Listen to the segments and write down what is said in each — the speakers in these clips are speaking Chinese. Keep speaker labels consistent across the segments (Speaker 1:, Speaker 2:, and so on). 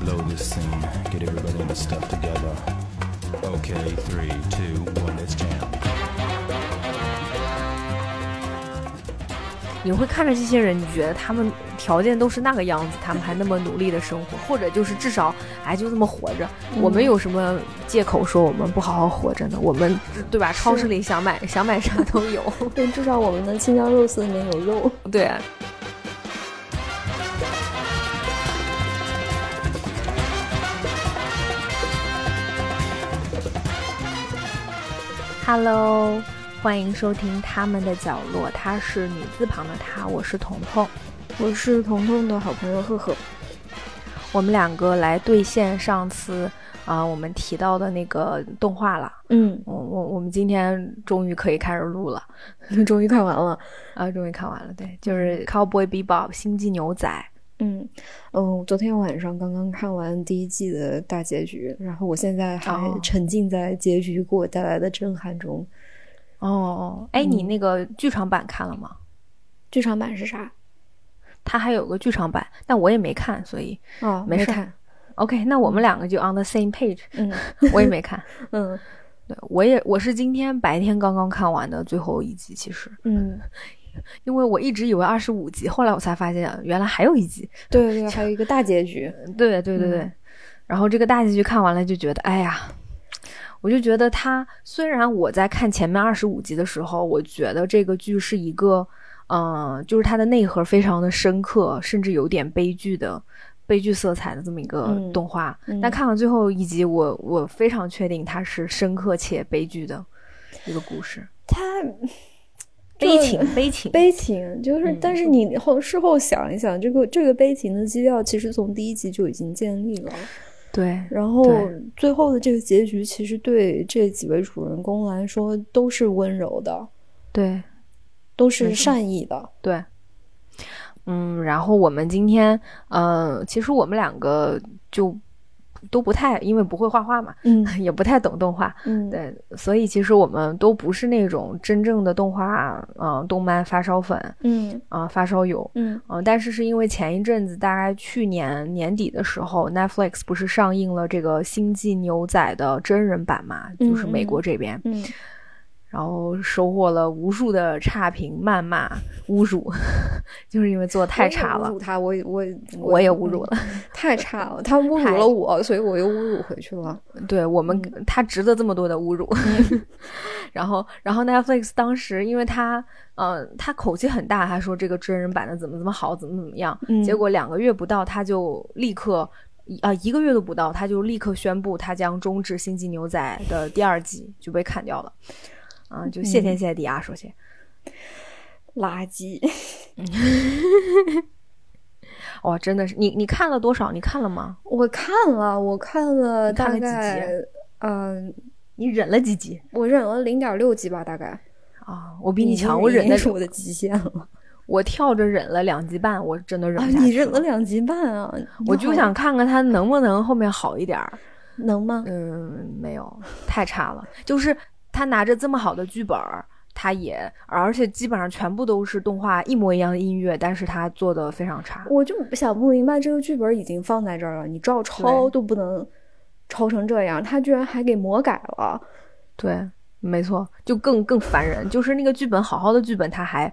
Speaker 1: blow this scene. Get everybody in the stuff together. Okay, three, two, one, let's jam.
Speaker 2: 你会看着这些人，你觉得他们条件都是那个样子，他们还那么努力的生活，或者就是至少哎就这么活着。我
Speaker 3: 嗯
Speaker 2: 们有什么借口说我们不好好活着呢？我们对吧？超市里想买想买啥都有，
Speaker 3: 对，至少我们的新疆肉丝里面有肉。
Speaker 2: 对、Hello，欢迎收听他们的角落，她是女字旁的她，我是彤彤，
Speaker 3: 我是彤彤的好朋友赫赫，
Speaker 2: 我们两个来兑现上次啊、我们提到的那个动画了。
Speaker 3: 嗯，
Speaker 2: 我我我们今天终于可以开始录了
Speaker 3: 终于看完了。
Speaker 2: 啊，终于看完了，对，就是《Cowboy Bebop》星际牛仔。
Speaker 3: 嗯嗯，昨天晚上刚刚看完第一季的大结局，然后我现在还
Speaker 2: 哦
Speaker 3: 沉浸在结局给我带来的震撼中。
Speaker 2: 哦哦，哎，你那个剧场版看了吗？
Speaker 3: 剧场版是啥
Speaker 2: 它还有个剧场版，但我也没看，所以
Speaker 3: 啊？
Speaker 2: 没事儿
Speaker 3: 看。
Speaker 2: OK，那我们两个就 on the same page。
Speaker 3: 嗯
Speaker 2: 我也没看，
Speaker 3: 嗯
Speaker 2: 对我也我是今天白天刚刚看完的最后一集，其实
Speaker 3: 嗯，
Speaker 2: 因为我一直以为二十五集，后来我才发现原来还有一集。
Speaker 3: 对对，还有一个大结局。
Speaker 2: 对对对对。
Speaker 3: 嗯
Speaker 2: 然后这个大结局看完了，就觉得哎呀，我就觉得他虽然我在看前面二十五集的时候，我觉得这个剧是一个，嗯、就是它的内核非常的深刻，甚至有点悲剧的。悲剧色彩的这么一个
Speaker 3: 嗯
Speaker 2: 动画，
Speaker 3: 嗯
Speaker 2: 但看完最后一集，我我非常确定它是深刻且悲剧的一个故事，
Speaker 3: 它
Speaker 2: 悲情悲情
Speaker 3: 悲情，就是，
Speaker 2: 嗯
Speaker 3: 但是你后事后想一想，这个这个悲情的基调其实从第一集就已经建立了。
Speaker 2: 对
Speaker 3: 然后
Speaker 2: 对
Speaker 3: 最后的这个结局，其实对这几位主人公来说都是温柔的，
Speaker 2: 对，
Speaker 3: 都
Speaker 2: 没
Speaker 3: 是
Speaker 2: 错
Speaker 3: 善意的。
Speaker 2: 对，嗯，然后我们今天，呃，其实我们两个就都不太，因为不会画画嘛，
Speaker 3: 嗯
Speaker 2: 也不太懂动画，
Speaker 3: 嗯，
Speaker 2: 哎对，所以其实我们都不是那种真正的动画，嗯、动漫发烧粉
Speaker 3: 嗯
Speaker 2: 啊、发烧友。
Speaker 3: 嗯
Speaker 2: 嗯、但是是因为前一阵子，大概去年年底的时候，Netflix 不是上映了这个《星际牛仔》的真人版嘛，就是美国这边，
Speaker 3: 嗯，
Speaker 2: 然后收获了无数的差评、谩骂、侮辱， 就是因为做的太差
Speaker 3: 我
Speaker 2: 了
Speaker 3: 也侮辱。他，我我
Speaker 2: 我也侮辱，了，
Speaker 3: 嗯太差了，他侮辱
Speaker 2: 太
Speaker 3: 了我，所以我又侮辱回去了。
Speaker 2: 对我们、
Speaker 3: 嗯
Speaker 2: 他值得这么多的侮辱。 然后，然后 Netflix 当时因为他，呃，他口气很大，他说这个真人版的怎么怎么好，怎么怎么样。
Speaker 3: 嗯
Speaker 2: 结果两个月不到，他就立刻，啊、一个月都不到，他就立刻宣布他将终止《星际牛仔》的第二季，就被砍掉了。啊、就谢
Speaker 3: 嗯
Speaker 2: 天谢地啊，首先。
Speaker 3: 垃圾，
Speaker 2: 哇、真的是你，你看了多少？你看了吗？
Speaker 3: 我看了，我看了
Speaker 2: 你看
Speaker 3: 大
Speaker 2: 了几集啊
Speaker 3: 概，嗯、
Speaker 2: 你忍了几集
Speaker 3: 我忍了零点六集吧，大概。
Speaker 2: 啊？我比你
Speaker 3: 已经
Speaker 2: 强，我
Speaker 3: 已
Speaker 2: 忍
Speaker 3: 经
Speaker 2: 的
Speaker 3: 是我的极限了
Speaker 2: 我跳着忍了两集半，我真的忍
Speaker 3: 啊！
Speaker 2: 不下去、
Speaker 3: 你忍了，两集半啊，你
Speaker 2: 我就
Speaker 3: 好
Speaker 2: 想看看他能不能后面好一点儿。
Speaker 3: 能吗？
Speaker 2: 嗯，没有，太差了。就是他拿着这么好的剧本儿，他也而且基本上全部都是动画一模一样的音乐，但是他做的非常差。
Speaker 3: 我就想不明白，这个剧本已经放在这儿了，你照抄
Speaker 2: 对
Speaker 3: 都不能抄成这样，他居然还给魔改了。
Speaker 2: 对，没错，就更更烦人。就是那个剧本好好的剧本，他还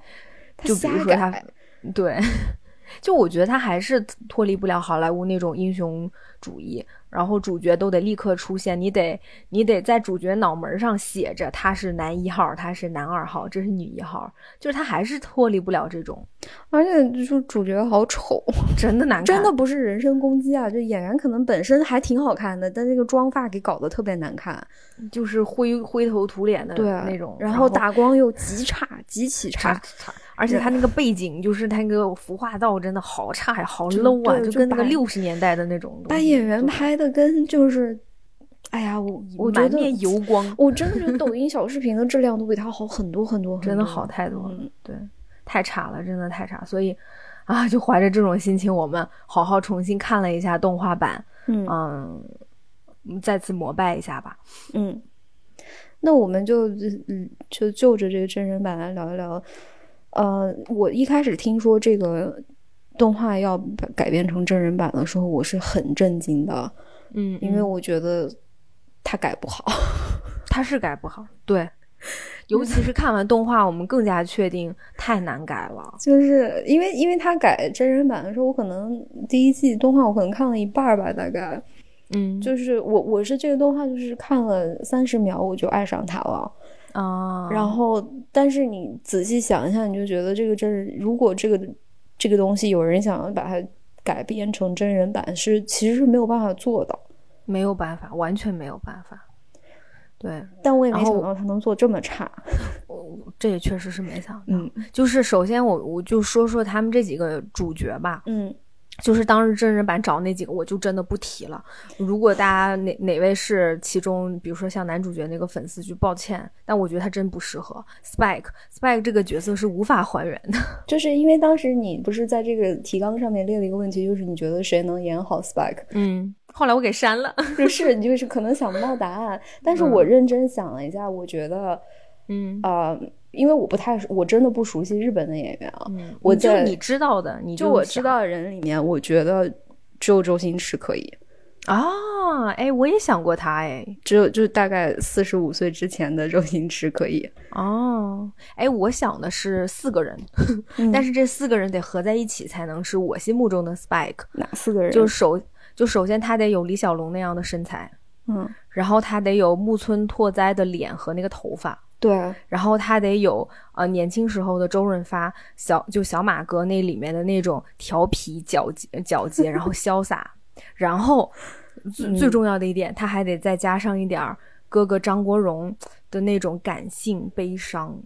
Speaker 3: 他
Speaker 2: 就比如
Speaker 3: 瞎
Speaker 2: 说他
Speaker 3: 改，
Speaker 2: 对， 就我觉得他还是脱离不了好莱坞那种英雄主义，然后主角都得立刻出现，你得你得在主角脑门上写着他是男一号，他是男二号，这是女一号，就是他还是脱离不了这种，
Speaker 3: 而且就是主角好丑，
Speaker 2: 真的 难看，
Speaker 3: 真的不是人身攻击啊！就演员可能本身还挺好看的，但这个妆发给搞得特别难看，
Speaker 2: 就是灰灰头土脸的
Speaker 3: 对
Speaker 2: 那种，
Speaker 3: 然
Speaker 2: 然
Speaker 3: 后打光又极差，极其
Speaker 2: 叉
Speaker 3: 差，
Speaker 2: 叉，而且他那个背景就是他那个服化道真的好差呀，好 low 啊，
Speaker 3: 对
Speaker 2: 就
Speaker 3: 就
Speaker 2: 跟那个
Speaker 3: 把
Speaker 2: 六十年代的那种东
Speaker 3: 把
Speaker 2: 西
Speaker 3: 演员
Speaker 2: 就
Speaker 3: 拍的跟就是，哎呀，我我觉
Speaker 2: 满
Speaker 3: 得
Speaker 2: 面油光，
Speaker 3: 我真的觉得抖音小视频的质量都比它好很多很多很多，
Speaker 2: 真的好太多了，
Speaker 3: 嗯
Speaker 2: 对，太差了，真的太差。所以，啊，就怀着这种心情，我们好好重新看了一下动画版，
Speaker 3: 嗯
Speaker 2: 嗯，嗯再次膜拜一下吧。
Speaker 3: 嗯，那我们就嗯就就着这个真人版来聊一聊。呃，我一开始听说这个动画要改编成真人版的时候，我是很震惊的，
Speaker 2: 嗯，
Speaker 3: 因为
Speaker 2: 嗯
Speaker 3: 我觉得他改不好。
Speaker 2: 它是改不好，对，尤其是看完动画，我们更加确定太难改了。
Speaker 3: 就是因为因为他改真人版的时候，我可能第一季动画我可能看了一半儿吧，大概
Speaker 2: 嗯，
Speaker 3: 就是我我是这个动画就是看了三十秒我就爱上它了，
Speaker 2: 啊，
Speaker 3: 嗯然后但是你仔细想一下，你就觉得这个真人如果这个这个东西有人想要把它改编成真人版是其实是没有办法做的，
Speaker 2: 没有办法，完全没有办法。对，
Speaker 3: 但我也没
Speaker 2: 然后
Speaker 3: 想到它能做这么 差，
Speaker 2: 我这也确实是没想到。
Speaker 3: 嗯
Speaker 2: 就是首先我我就说说他们这几个主角吧，
Speaker 3: 嗯
Speaker 2: 就是当时真人版找那几个，我就真的不提了。如果大家哪哪位是其中，比如说像男主角那个粉丝，就抱歉，但我觉得他真不适合 Spike。Spike 这个角色是无法还原的。
Speaker 3: 就是因为当时你不是在这个提纲上面列了一个问题，就是你觉得谁能演好 Spike？
Speaker 2: 嗯，后来我给删了。
Speaker 3: 就是你就是可能想不到答案，但是
Speaker 2: 嗯
Speaker 3: 我认真想了一下，我觉得
Speaker 2: 嗯
Speaker 3: 呃，因为我不太，我真的不熟悉日本的演员啊，
Speaker 2: 嗯，
Speaker 3: 我
Speaker 2: 你就
Speaker 3: 在
Speaker 2: 你知道的，你
Speaker 3: 就我
Speaker 2: 想
Speaker 3: 知道的人里面，我觉得只有周星驰可以，
Speaker 2: 啊，哎，我也想过他，哎，
Speaker 3: 只有就是大概四十五岁之前的周星驰可以，
Speaker 2: 哦，哎，我想的是四个人，但
Speaker 3: 是
Speaker 2: 是这四个人得合在一起才能是我心目中的 Spike。
Speaker 3: 哪四个人？
Speaker 2: 就首就首先他得有李小龙那样的身材，
Speaker 3: 嗯，
Speaker 2: 然后他得有木村拓哉的脸和那个头发，
Speaker 3: 对，
Speaker 2: 然后他得有呃年轻时候的周润发小就小马哥那里面的那种调皮皎洁皎洁，然后潇洒， 然后最最
Speaker 3: 嗯
Speaker 2: 重要的一点，他还得再加上一点儿哥哥张国荣的那种感性悲伤。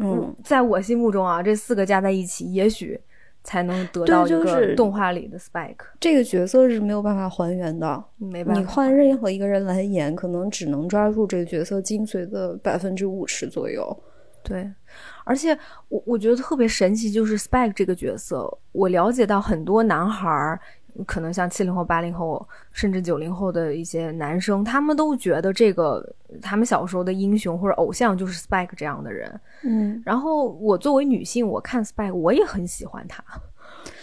Speaker 3: 嗯，
Speaker 2: 在我心目中啊，这四个加在一起，也许才能得到一
Speaker 3: 对就
Speaker 2: 个
Speaker 3: 是
Speaker 2: 动画里的 Spike。
Speaker 3: 这个角色是没有办法还原的，
Speaker 2: 没办法，
Speaker 3: 你换任何一个人来演，可能只能抓住这个角色精髓的百分之五十左右。
Speaker 2: 对，而且我我觉得特别神奇，就是 Spike 这个角色，我了解到很多男孩儿，可能像七零后、八零后，甚至九零后的一些男生，他们都觉得这个他们小时候的英雄或者偶像就是 Spike 这样的人。
Speaker 3: 嗯，
Speaker 2: 然后我作为女性，我看 Spike 我也很喜欢他，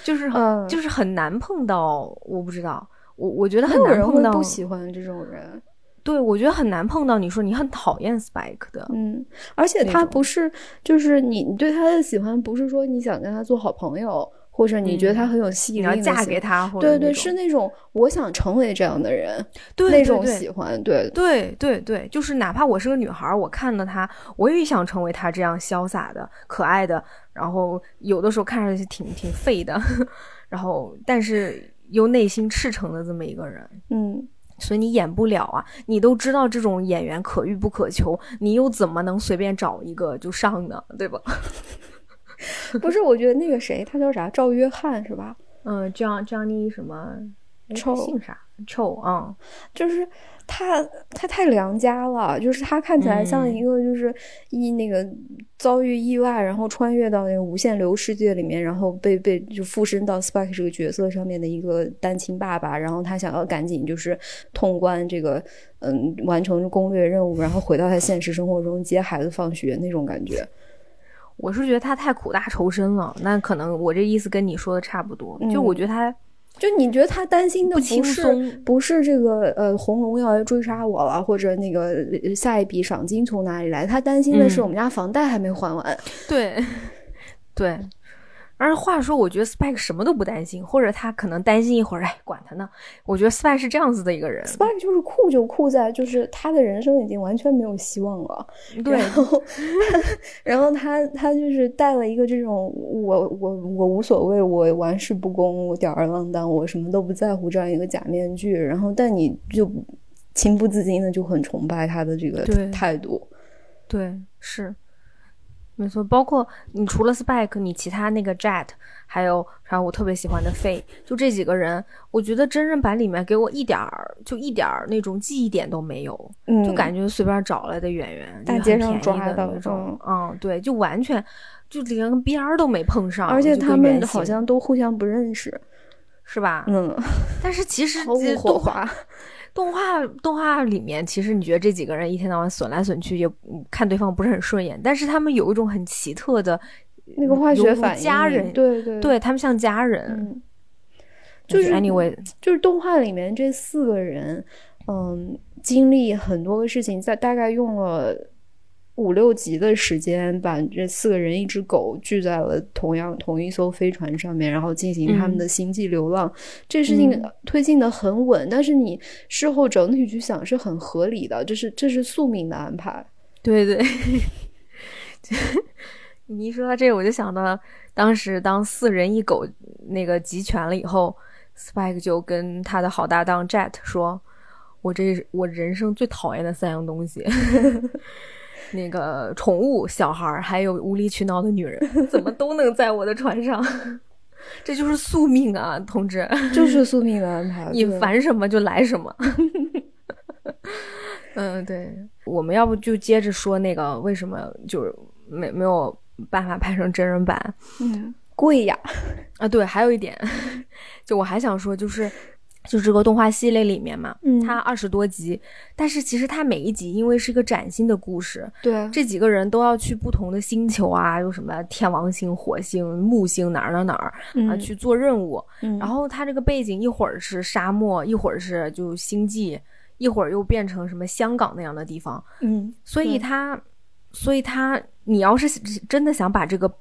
Speaker 2: 就是很、
Speaker 3: 嗯
Speaker 2: 就是很难碰到，我不知道。我我觉得
Speaker 3: 没
Speaker 2: 很
Speaker 3: 有
Speaker 2: 难
Speaker 3: 人
Speaker 2: 碰
Speaker 3: 会
Speaker 2: 到，
Speaker 3: 不喜欢这种人。
Speaker 2: 对我觉得很难碰到你说你很讨厌 Spike 的，
Speaker 3: 嗯，而且
Speaker 2: 那
Speaker 3: 他
Speaker 2: 种
Speaker 3: 不是，就是你你对他的喜欢，不是说你想跟他做好朋友，或者你觉得他很有吸
Speaker 2: 你
Speaker 3: 引力、
Speaker 2: 要嫁给。他或者
Speaker 3: 对
Speaker 2: 那种
Speaker 3: 对，是那种我想成为这样的人
Speaker 2: 对
Speaker 3: 那
Speaker 2: 对
Speaker 3: 种
Speaker 2: 对
Speaker 3: 喜欢，对，
Speaker 2: 对对对，就是哪怕我是个女孩儿，我看到她，我也想成为她这样潇洒的、可爱的，然后有的时候看上去挺挺废的， 然后但是又内心赤诚的这么一个人。
Speaker 3: 嗯，
Speaker 2: 所以你演不了啊！你都知道这种演员可遇不可求，你又怎么能随便找一个就上呢？ 对吧？
Speaker 3: 不是，我觉得那个谁，他叫啥？赵约翰是吧？
Speaker 2: 嗯，这样这样你什么？哎
Speaker 3: 臭
Speaker 2: 姓啥？臭啊！
Speaker 3: 就是他，他太良家了，就是他看起来像
Speaker 2: 嗯
Speaker 3: 一个就是一那个遭遇意外，然后穿越到那个无限流世界里面，然后被被就附身到 Spike 这个角色上面的一个单亲爸爸，然后他想要赶紧就是通关这个嗯完成攻略任务，然后回到他现实生活中接孩子放学那种感觉。
Speaker 2: 我是觉得他太苦大仇深了，那可能我这意思跟你说的差不多。就我
Speaker 3: 嗯
Speaker 2: 觉得他
Speaker 3: 就你觉得他担心的
Speaker 2: 不轻
Speaker 3: 不是
Speaker 2: 松
Speaker 3: 不是这个呃红龙要来追杀我了，或者那个呃下一笔赏金从哪里来？他担心的是
Speaker 2: 嗯
Speaker 3: 我们家房贷还没还完。
Speaker 2: 对， 对。而话说，我觉得 Spike 什么都不担心，或者他可能担心一会儿，哎，管他呢。我觉得 Spike 是这样子的一个人，
Speaker 3: Spike 就是酷就酷在就是他的人生已经完全没有希望了，
Speaker 2: 对
Speaker 3: 然后 他然后他他就是带了一个这种我我我无所谓，我玩世不恭，我吊儿郎当，我什么都不在乎这样一个假面具，然后但你就情不自禁的就很崇拜他的这个
Speaker 2: 对
Speaker 3: 态度。
Speaker 2: 对是，没错。包括你除了 Spike，你其他那个 Jet，还有还有我特别喜欢的 Faye，就这几个人，我觉得真人版里面给我一点儿就一点儿那种记忆点都没有，
Speaker 3: 嗯，
Speaker 2: 就感觉随便找来的演员，
Speaker 3: 大
Speaker 2: 也很
Speaker 3: 街上
Speaker 2: 便宜
Speaker 3: 抓
Speaker 2: 的
Speaker 3: 到
Speaker 2: 那种，嗯，对，就完全就连边儿都没碰上，
Speaker 3: 而且
Speaker 2: 就
Speaker 3: 他
Speaker 2: 跟
Speaker 3: 们
Speaker 2: 原
Speaker 3: 好
Speaker 2: 型
Speaker 3: 像都互相不认识，
Speaker 2: 是吧？
Speaker 3: 嗯，
Speaker 2: 但是其实
Speaker 3: 毫
Speaker 2: 这
Speaker 3: 无火
Speaker 2: 动画
Speaker 3: 花。
Speaker 2: 动画动画里面，其实你觉得这几个人一天到晚损来损去，也嗯看对方不是很顺眼，但是他们有一种很奇特的
Speaker 3: 那个化学
Speaker 2: 犹如
Speaker 3: 反应，
Speaker 2: 家人，
Speaker 3: 对对，
Speaker 2: 对他们像家人，
Speaker 3: 嗯，就是
Speaker 2: anyway，
Speaker 3: 就是动画里面这四个人，嗯，经历很多个事情，在大概用了五六集的时间，把这四个人一只狗聚在了同样同一艘飞船上面，然后进行他们的星际流浪。这事情
Speaker 2: 嗯
Speaker 3: 推进的很稳，但是你事后整体去想是很合理的，这是这是宿命的安排。
Speaker 2: 对 对，你一说到这个，我就想到当时当四人一狗那个集全了以后，Spike 就跟他的好搭档 Jet 说：“我这我人生最讨厌的三样东西， 那个宠物、小孩儿，还有无理取闹的女人，怎么都能在我的船上。”这就是宿命啊，同志！，
Speaker 3: 就是宿命的安排
Speaker 2: 你
Speaker 3: 对
Speaker 2: 烦什么就来什 么。嗯，对，我们要不就接着说那个为什么就是没没有办法拍成真人版
Speaker 3: 嗯贵呀，
Speaker 2: 啊？对，还有一点， 就我还想说，就是就这个动画系列里面嘛，
Speaker 3: 嗯
Speaker 2: 它二十多集，但是其实它每一集因为是一个崭新的故事，
Speaker 3: 对，
Speaker 2: 这几个人都要去不同的星球啊，有什么天王星、火星、木星哪儿哪儿哪儿啊
Speaker 3: 嗯
Speaker 2: 去做任务，
Speaker 3: 嗯
Speaker 2: 然后它这个背景一会儿是沙漠，一会儿是就星际，一会儿又变成什么香港那样的地方，
Speaker 3: 嗯
Speaker 2: 所以
Speaker 3: 对
Speaker 2: 它，所以它，你要是真的想把这个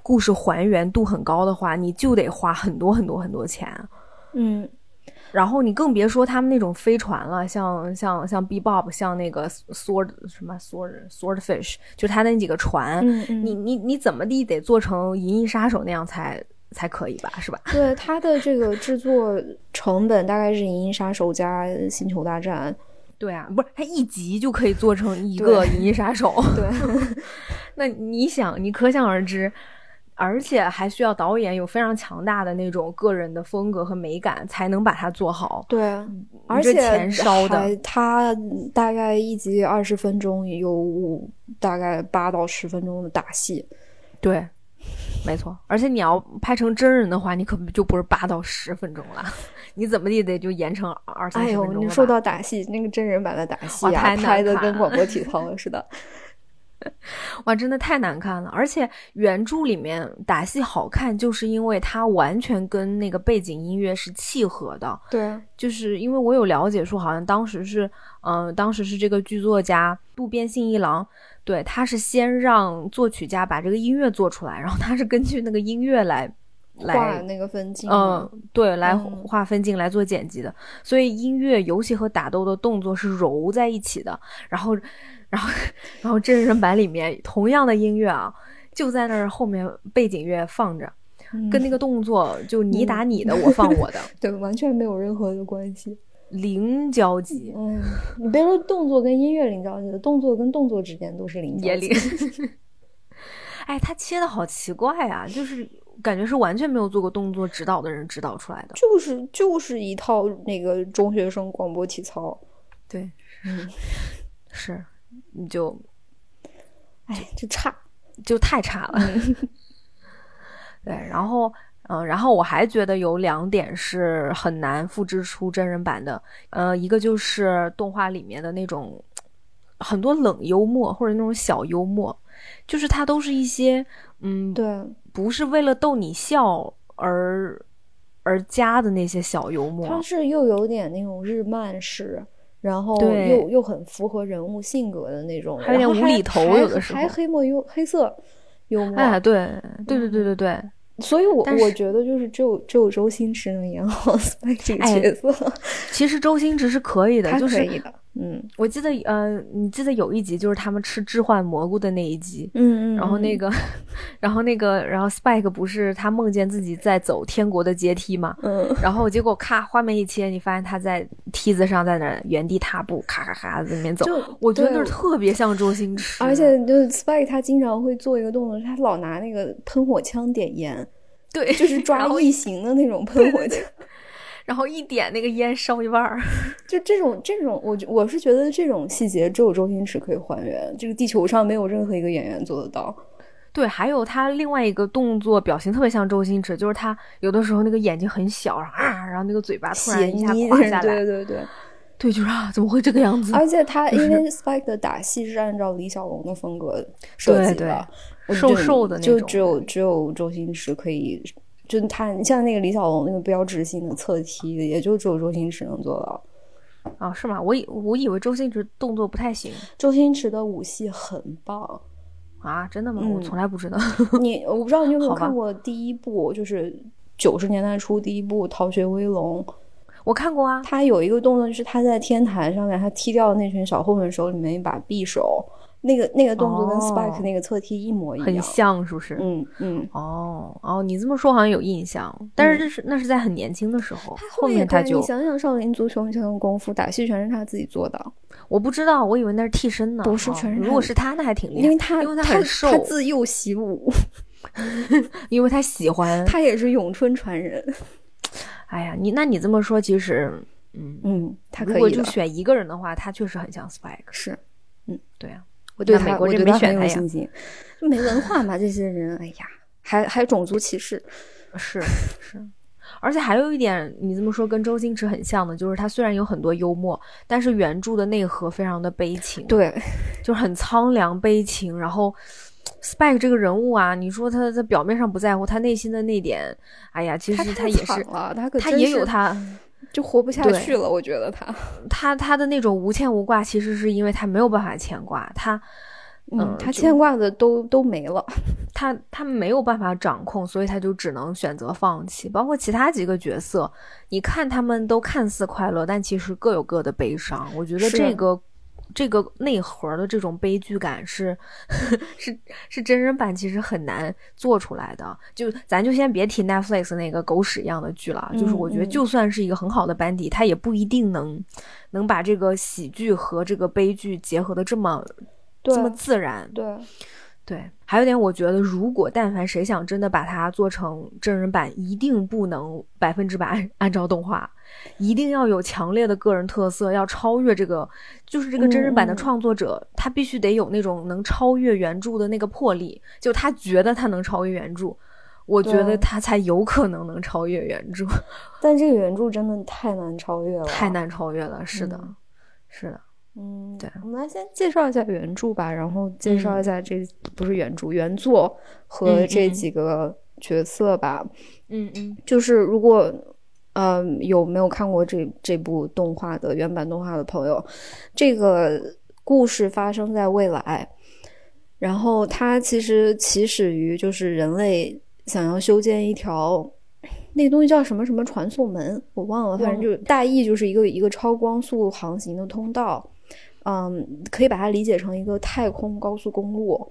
Speaker 2: 故事还原度很高的话，你就得花很多很多很多钱，
Speaker 3: 嗯
Speaker 2: 然后你更别说他们那种飞船了，像像像 B Bob，像那个 Sword 什么 Sword Swordfish，就他那几个船，
Speaker 3: 嗯嗯，
Speaker 2: 你你你怎么地得做成《银翼杀手》那样才才可以吧，是吧？
Speaker 3: 对它的这个制作成本大概是《银翼杀手》加《星球大战
Speaker 2: 对啊，不是他一集就可以做成一个银翼杀手。
Speaker 3: 对
Speaker 2: 那你想，你可想而知，而且还需要导演有非常强大的那种个人的风格和美感，才能把它做好》。。
Speaker 3: 对，啊而
Speaker 2: 这
Speaker 3: 且
Speaker 2: 钱烧的
Speaker 3: 还它大概一集二十分钟，有五大概八到十分钟的打戏。
Speaker 2: 对，没错。而且你要拍成真人的话，你可就不是八到十分钟了， 你怎么地得就延长二三
Speaker 3: 哎
Speaker 2: 十
Speaker 3: 呦
Speaker 2: 分，钟
Speaker 3: 你
Speaker 2: 了
Speaker 3: 说
Speaker 2: 吧
Speaker 3: 到打戏，那个真人版的打戏
Speaker 2: 哇太
Speaker 3: 啊，
Speaker 2: 难
Speaker 3: 拍的
Speaker 2: 看
Speaker 3: 跟
Speaker 2: 了
Speaker 3: 广播体操似的。
Speaker 2: 哇，真的太难看了！而且原著里面打戏好看，就是因为它完全跟那个背景音乐是契合的。
Speaker 3: 对，啊
Speaker 2: 就是因为我有了解说，好像当时是，嗯、当时是这个剧作家渡边信一郎，对，他是先让作曲家把这个音乐做出来，然后他是根据那个音乐来
Speaker 3: 画
Speaker 2: 来，
Speaker 3: 那个分镜
Speaker 2: 嗯、
Speaker 3: 嘛。
Speaker 2: 对，来
Speaker 3: 嗯
Speaker 2: 划分镜来做剪辑的，所以音乐、游戏和打斗的动作是揉在一起的，然后，然后，然后真人版里面同样的音乐啊，就在那儿后面背景乐放着，
Speaker 3: 嗯
Speaker 2: 跟那个动作就你打你的，我放我的，
Speaker 3: 对完全没有任何的关系。
Speaker 2: 零交集。
Speaker 3: 嗯，你别说动作跟音乐零交集的，动作跟动作之间都是零交
Speaker 2: 也
Speaker 3: 集
Speaker 2: 里，哎，他切的好奇怪啊，就是感觉是完全没有做过动作指导的人指导出来的。
Speaker 3: 就是就是一套那个中学生广播体操，
Speaker 2: 对，嗯是，你就
Speaker 3: 哎，就差。
Speaker 2: 就太差了。 对，然后。嗯，然后我还觉得有两点是很难复制出真人版的，呃，一个就是动画里面的那种很多冷幽默或者那种小幽默，就是它都是一些嗯
Speaker 3: 对，
Speaker 2: 不是为了逗你笑而而加的那些小幽
Speaker 3: 它
Speaker 2: 默。
Speaker 3: 是又有点那种日漫式，然后
Speaker 2: 对
Speaker 3: 又又很符合人物性格的那种，
Speaker 2: 还有
Speaker 3: 然后
Speaker 2: 点无厘头
Speaker 3: 还
Speaker 2: 有的时候
Speaker 3: 还黑墨幽黑色幽默。
Speaker 2: 哎，对对对对对对，
Speaker 3: 所以我
Speaker 2: 但是
Speaker 3: 我觉得就是只有只有周星驰能演好 Spike 这个
Speaker 2: 哎
Speaker 3: 角色，
Speaker 2: 其实周星驰是可 以的，
Speaker 3: 他
Speaker 2: 就
Speaker 3: 可
Speaker 2: 是
Speaker 3: 以的。嗯
Speaker 2: 我记得，呃，你记得有一集就是他们吃置换蘑菇的那一集，
Speaker 3: 嗯嗯，
Speaker 2: 然后那个， 然后那个，然后 Spike 不是他梦见自己在走天国的阶梯嘛，
Speaker 3: 嗯
Speaker 2: 然后结果咔画面一切，你发现他在梯子上在那儿原地踏步，咔咔咔在那边走，
Speaker 3: 就
Speaker 2: 我觉得那
Speaker 3: 对
Speaker 2: 儿特别像周星驰，
Speaker 3: 而且就是 Spike 他经常会做一个动作，他老拿那个喷火枪点烟，
Speaker 2: 对，
Speaker 3: 就是抓
Speaker 2: 然后
Speaker 3: 异形的那种喷火枪。
Speaker 2: 然后一点那个烟烧一半儿。
Speaker 3: 就这种这种，我觉我是觉得这种细节只有周星驰可以还原，这个地球上没有任何一个演员做得到。
Speaker 2: 对，还有他另外一个动作表情特别像周星驰，就是他有的时候那个眼睛很小，然后啊，然后那个嘴巴突然
Speaker 3: 嫌
Speaker 2: 一
Speaker 3: 疑
Speaker 2: 下垮下来，
Speaker 3: 对对对。
Speaker 2: 对就是啊，怎么会这个样子？
Speaker 3: 而且他因为 Spike 的打戏是按照李小龙的风格设计的，
Speaker 2: 对对
Speaker 3: 我
Speaker 2: 瘦
Speaker 3: 就
Speaker 2: 瘦的那
Speaker 3: 就
Speaker 2: 种
Speaker 3: 只有只有周星驰可以，就他你像那个李小龙那个标志性的侧踢，也就只有周星驰能做到。
Speaker 2: 啊，是吗？我以我以为周星驰动作不太行
Speaker 3: 周星驰的武戏很 棒，
Speaker 2: 啊，真的吗？我
Speaker 3: 嗯
Speaker 2: 从来不知道。
Speaker 3: 你我不知道你有没有
Speaker 2: 好吧
Speaker 3: 看过第一部，就是九十年代初第一部《逃学威龙》，
Speaker 2: 我看过啊，
Speaker 3: 他有一个动作就是他在天台上面，他踢掉那群小混混手里面一把匕首，那个那个动作跟
Speaker 2: 哦
Speaker 3: Spike 那个侧踢一模一样，
Speaker 2: 很像是不是？
Speaker 3: 嗯嗯，
Speaker 2: 哦哦，你这么说好像有印象，但是这是、那是在很年轻的时候，后面他
Speaker 3: 对
Speaker 2: 就
Speaker 3: 你想想，少林足球，你想想功夫，打戏全是他自己做的，
Speaker 2: 我不知道，我以为那是替身呢。
Speaker 3: 不是
Speaker 2: 哦
Speaker 3: 全是
Speaker 2: 如果是他，那还挺厉害，
Speaker 3: 因为他
Speaker 2: 因为
Speaker 3: 他
Speaker 2: 很瘦，
Speaker 3: 他自幼习武，
Speaker 2: 因为他喜欢。
Speaker 3: 他也是咏春传人，
Speaker 2: 哎呀，你那你这么说，其实嗯，
Speaker 3: 嗯，他
Speaker 2: 如
Speaker 3: 可
Speaker 2: 果
Speaker 3: 以
Speaker 2: 就
Speaker 3: 的，
Speaker 2: 选一个人的话，他确实很像 Spike。
Speaker 3: 是
Speaker 2: 对 啊，
Speaker 3: 我对
Speaker 2: 那美
Speaker 3: 他，
Speaker 2: 国
Speaker 3: 我
Speaker 2: 人
Speaker 3: 对
Speaker 2: 没
Speaker 3: 他
Speaker 2: 选
Speaker 3: 很
Speaker 2: 他
Speaker 3: 有
Speaker 2: 呀
Speaker 3: 信心，没文化嘛，这些人，哎呀，还还种族歧视，
Speaker 2: 是是。而且还有一点，你这么说跟周星驰很像的，就是他虽然有很多幽默，但是原著的内核非常的悲情。
Speaker 3: 对，
Speaker 2: 就是很苍凉悲情。然后 Spike 这个人物啊，你说他在表面上不在乎，他内心的那点，哎呀，其实
Speaker 3: 太
Speaker 2: 也
Speaker 3: 惨
Speaker 2: 是，嗯
Speaker 3: 了，他可
Speaker 2: 他
Speaker 3: 真
Speaker 2: 也有
Speaker 3: 是
Speaker 2: 他
Speaker 3: 就活不下
Speaker 2: 对
Speaker 3: 去了，我觉得他。
Speaker 2: 他他的那种无牵无挂，其实是因为他没有办法牵挂，他嗯
Speaker 3: 嗯，他
Speaker 2: 就
Speaker 3: 牵挂的都都没了。
Speaker 2: 他他没有办法掌控，所以他就只能选择放弃。包括其他几个角色，你看他们都看似快乐，但其实各有各的悲伤。我觉得
Speaker 3: 是
Speaker 2: 这个。这个内核的这种悲剧感是， 是是真人版其实很难做出来的。就咱就先别提 Netflix 那个狗屎一样的剧了，就是我觉得
Speaker 3: 嗯嗯
Speaker 2: 就算是一个很好的班底，他也不一定能能把这个喜剧和这个悲剧结合的这么
Speaker 3: 对
Speaker 2: 这么自然。
Speaker 3: 对，
Speaker 2: 对，还有一点，我觉得如果但凡谁想真的把它做成真人版，一定不能百分之百按按照动画，一定要有强烈的个人特色，要超越这个，就是这个真人版的
Speaker 3: 嗯嗯
Speaker 2: 创作者，他必须得有那种能超越原著的那个魄力，就他觉得他能超越原著，我觉
Speaker 3: 对
Speaker 2: 得他才有可能能超越原著，
Speaker 3: 但这个原著真的太难超越了，
Speaker 2: 太。难超越了。是的，是的，
Speaker 3: 嗯，
Speaker 2: 对
Speaker 3: 我们来先介绍一下原著吧，然后介绍一下这、不是原著原作和
Speaker 2: 嗯
Speaker 3: 这
Speaker 2: 嗯
Speaker 3: 几个角色吧。
Speaker 2: 嗯嗯
Speaker 3: 就是如果嗯有没有看过这这部动画的原版动画的朋友，这个故事发生在未来，然后它其实起始于就是人类想要修建一条。那个东西叫什么什么传送门，我忘了，反正
Speaker 2: 忘
Speaker 3: 就大意就是一个一个超光速航行的通道，嗯，可以把它理解成一个太空高速公路，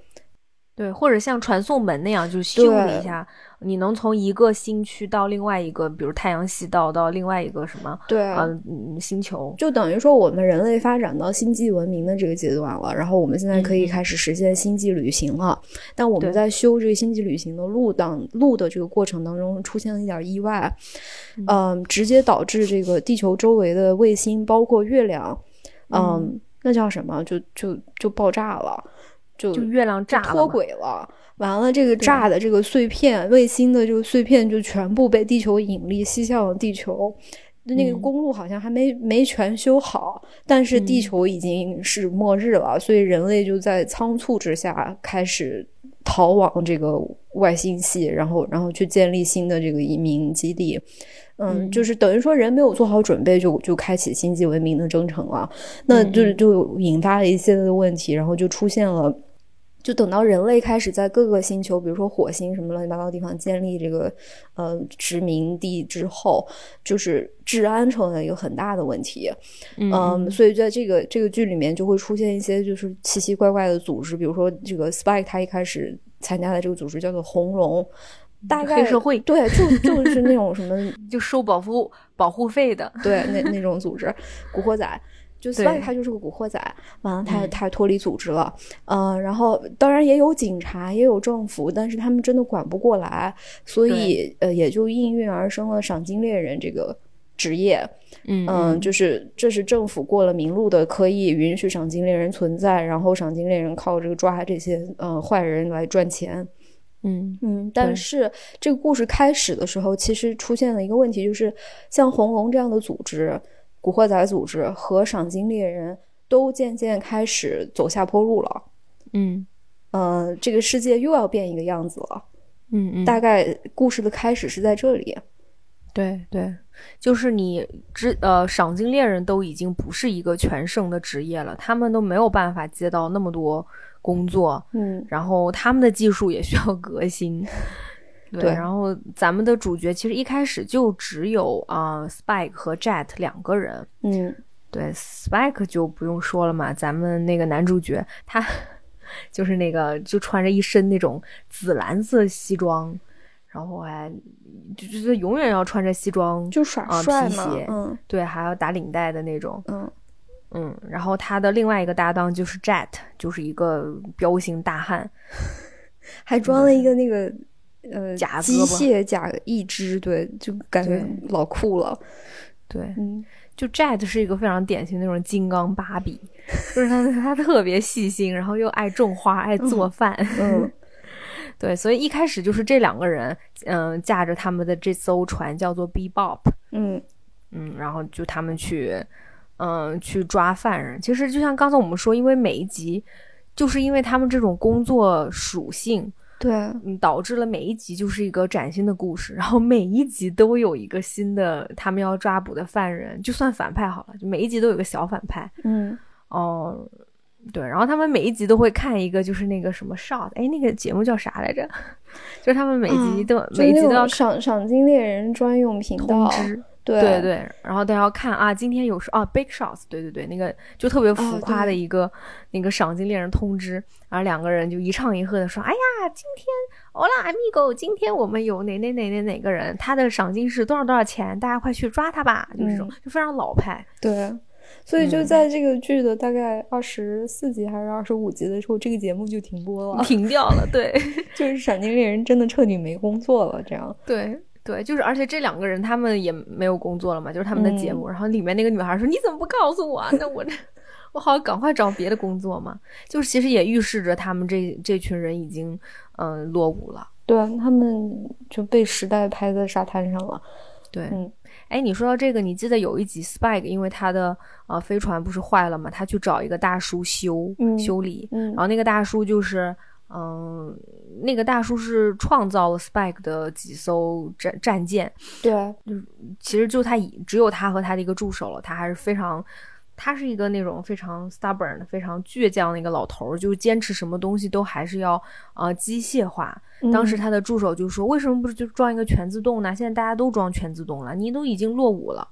Speaker 2: 对，或者像传送门那样，就咻
Speaker 3: 对
Speaker 2: 一下，你能从一个星区到另外一个，比如太阳系到到另外一个什么，
Speaker 3: 对，啊
Speaker 2: 呃嗯，星球。
Speaker 3: 就等于说我们人类发展到星际文明的这个阶段了，然后我们现在可以
Speaker 2: 嗯嗯
Speaker 3: 开始实现星际旅行了。但我们
Speaker 2: 对
Speaker 3: 在修这个星际旅行的路当路的这个过程当中，出现了一点意外，嗯、直接导致这个地球周围的卫星，包括月亮，嗯，那叫什么？就就就爆炸了，就
Speaker 2: 就月亮炸了
Speaker 3: 脱
Speaker 2: 嘛，
Speaker 3: 轨了。完了，这个炸的这个碎片，卫星的这个碎片就全部被地球引力吸向了地球。那个
Speaker 2: 嗯
Speaker 3: 公路好像还没、没全修好，但是地
Speaker 2: 嗯
Speaker 3: 球已经是末日了，所以人类就在仓促之下开始逃往这个外星系，然后然后去建立新的这个移民基地。嗯，
Speaker 2: 嗯
Speaker 3: 就是等于说人没有做好准备就，就开启星际文明的征程了。那
Speaker 2: 嗯
Speaker 3: 就是
Speaker 2: 嗯
Speaker 3: 就引发了一系列的问题，然后就出现了。就等到人类开始在各个星球，比如说火星什么乱七八糟地方建立这个呃殖民地之后，就是治安成为了一个很大的问题。
Speaker 2: 嗯
Speaker 3: 嗯，所以在这个这个剧里面就会出现一些就是奇奇怪怪的组织，比如说这个 Spike 他一开始参加的这个组织叫做红龙，大概
Speaker 2: 黑社会
Speaker 3: 对，就就是那种什么
Speaker 2: 嗯就收保护保护费的，
Speaker 3: 对，那那种组织，古惑仔。就
Speaker 2: 对
Speaker 3: Spike 他就是个古惑仔，完了他
Speaker 2: 嗯
Speaker 3: 他脱离组织了，呃，然后当然也有警察，也有政府，但是他们真的管不过来，所以呃也就应运而生了赏金猎人这个职业，
Speaker 2: 嗯
Speaker 3: 嗯、就是这是政府过了明路的，可以允许赏金猎人存在，然后赏金猎人靠这个抓这些呃坏人来赚钱，
Speaker 2: 嗯
Speaker 3: 嗯，但
Speaker 2: 对
Speaker 3: 是这个故事开始的时候，其实出现了一个问题，就是像红龙这样的组织，古惑仔组织和赏金猎人都渐渐开始走下坡路了。
Speaker 2: 嗯
Speaker 3: 呃，这个世界又要变一个样子了。
Speaker 2: 嗯嗯，
Speaker 3: 大概故事的开始是在这里。
Speaker 2: 对对，就是你之呃，赏金猎人都已经不是一个全盛的职业了，他们都没有办法接到那么多工作，
Speaker 3: 嗯，
Speaker 2: 然后他们的技术也需要革新。对，
Speaker 3: 对
Speaker 2: 然后咱们的主角其实一开始就只有啊、呃 Spike 和 Jet 两个人。
Speaker 3: 嗯，
Speaker 2: 对，Spike 就不用说了嘛，咱们那个男主角他 就是那个就穿着一身那种紫蓝色西装，然后还就就是永远要穿着西装，
Speaker 3: 就耍
Speaker 2: 啊
Speaker 3: 帅
Speaker 2: 皮
Speaker 3: 嘛
Speaker 2: 鞋，
Speaker 3: 嗯
Speaker 2: 对，还要打领带的那种。
Speaker 3: 嗯
Speaker 2: 嗯，然后他的另外一个搭档就是 Jet，就是一个彪形大汉，
Speaker 3: 还装了一个那个呃
Speaker 2: 假胳膊
Speaker 3: 机械假义肢，对，就感觉
Speaker 2: 对
Speaker 3: 老酷了。
Speaker 2: 对，
Speaker 3: 嗯，
Speaker 2: 就 Jet 是一个非常典型那种金刚芭比，就是他他特别细心，然后又爱种花，爱做饭，
Speaker 3: 嗯
Speaker 2: 对，所以一开始就是这两个人，嗯、驾着他们的这艘船叫做 Bebop，
Speaker 3: 嗯
Speaker 2: 嗯，然后就他们去，嗯、去抓犯人。其实就像刚才我们说，因为每一集，就是因为他们这种工作属性，
Speaker 3: 对，
Speaker 2: 嗯，导致了每一集就是一个崭新的故事，然后每一集都有一个新的他们要抓捕的犯人，就算反派好了，就每一集都有一个小反派。
Speaker 3: 嗯
Speaker 2: 哦，对，然后他们每一集都会看一个，就是那个什么 shot，哎，那个节目叫啥来着？ 就是他们每集都、
Speaker 3: 嗯就
Speaker 2: 每集
Speaker 3: 那
Speaker 2: 都要
Speaker 3: 种赏赏金猎人专用频
Speaker 2: 通
Speaker 3: 道，
Speaker 2: 知，
Speaker 3: 对
Speaker 2: 对对然后都要看啊，今天有时啊 big shots，对对对，那个就特别浮夸的
Speaker 3: 哦对
Speaker 2: 一个、那个赏金猎人通知，然后两个人就一唱一和的说，哎呀，今天 hola amigo，今天我们有哪哪哪哪哪个人，他的赏金是多少多少钱，大家快去抓他吧，就这种、
Speaker 3: 嗯
Speaker 2: 就非常老派，
Speaker 3: 对，所以就
Speaker 2: 嗯
Speaker 3: 在这个剧的大概二十四集还是二十五集的时候，这个节目就停播了，
Speaker 2: 停掉了，对。
Speaker 3: 就是《闪电猎人》真的彻底没工作了。这样，
Speaker 2: 对对，就是而且这两个人他们也没有工作了嘛，就是他们的节
Speaker 3: 嗯
Speaker 2: 目。然后里面那个女孩说：“你怎么不告诉我啊？那我这 我好赶快找别的工作嘛。”就是其实也预示着他们这这群人已经嗯、呃落伍了。
Speaker 3: 对他们就被时代拍在沙滩上了。
Speaker 2: 对，
Speaker 3: 嗯
Speaker 2: 哎，你说到这个，你记得有一集 Spike 因为他的呃飞船不是坏了嘛，他去找一个大叔修、
Speaker 3: 嗯
Speaker 2: 修理，
Speaker 3: 嗯
Speaker 2: 然后那个大叔就是。嗯，那个大叔是创造了 Spike 的几艘战战舰，
Speaker 3: 对，
Speaker 2: 其实就他一只有他和他的一个助手了，他还是非常，他是一个那种非常 stubborn 的、非常倔强的一个老头儿，就是坚持什么东西都还是要呃机械化。当
Speaker 3: 嗯
Speaker 2: 时他的助手就说：“为什么不是就装一个全自动呢？现在大家都装全自动了，你都已经落伍了。”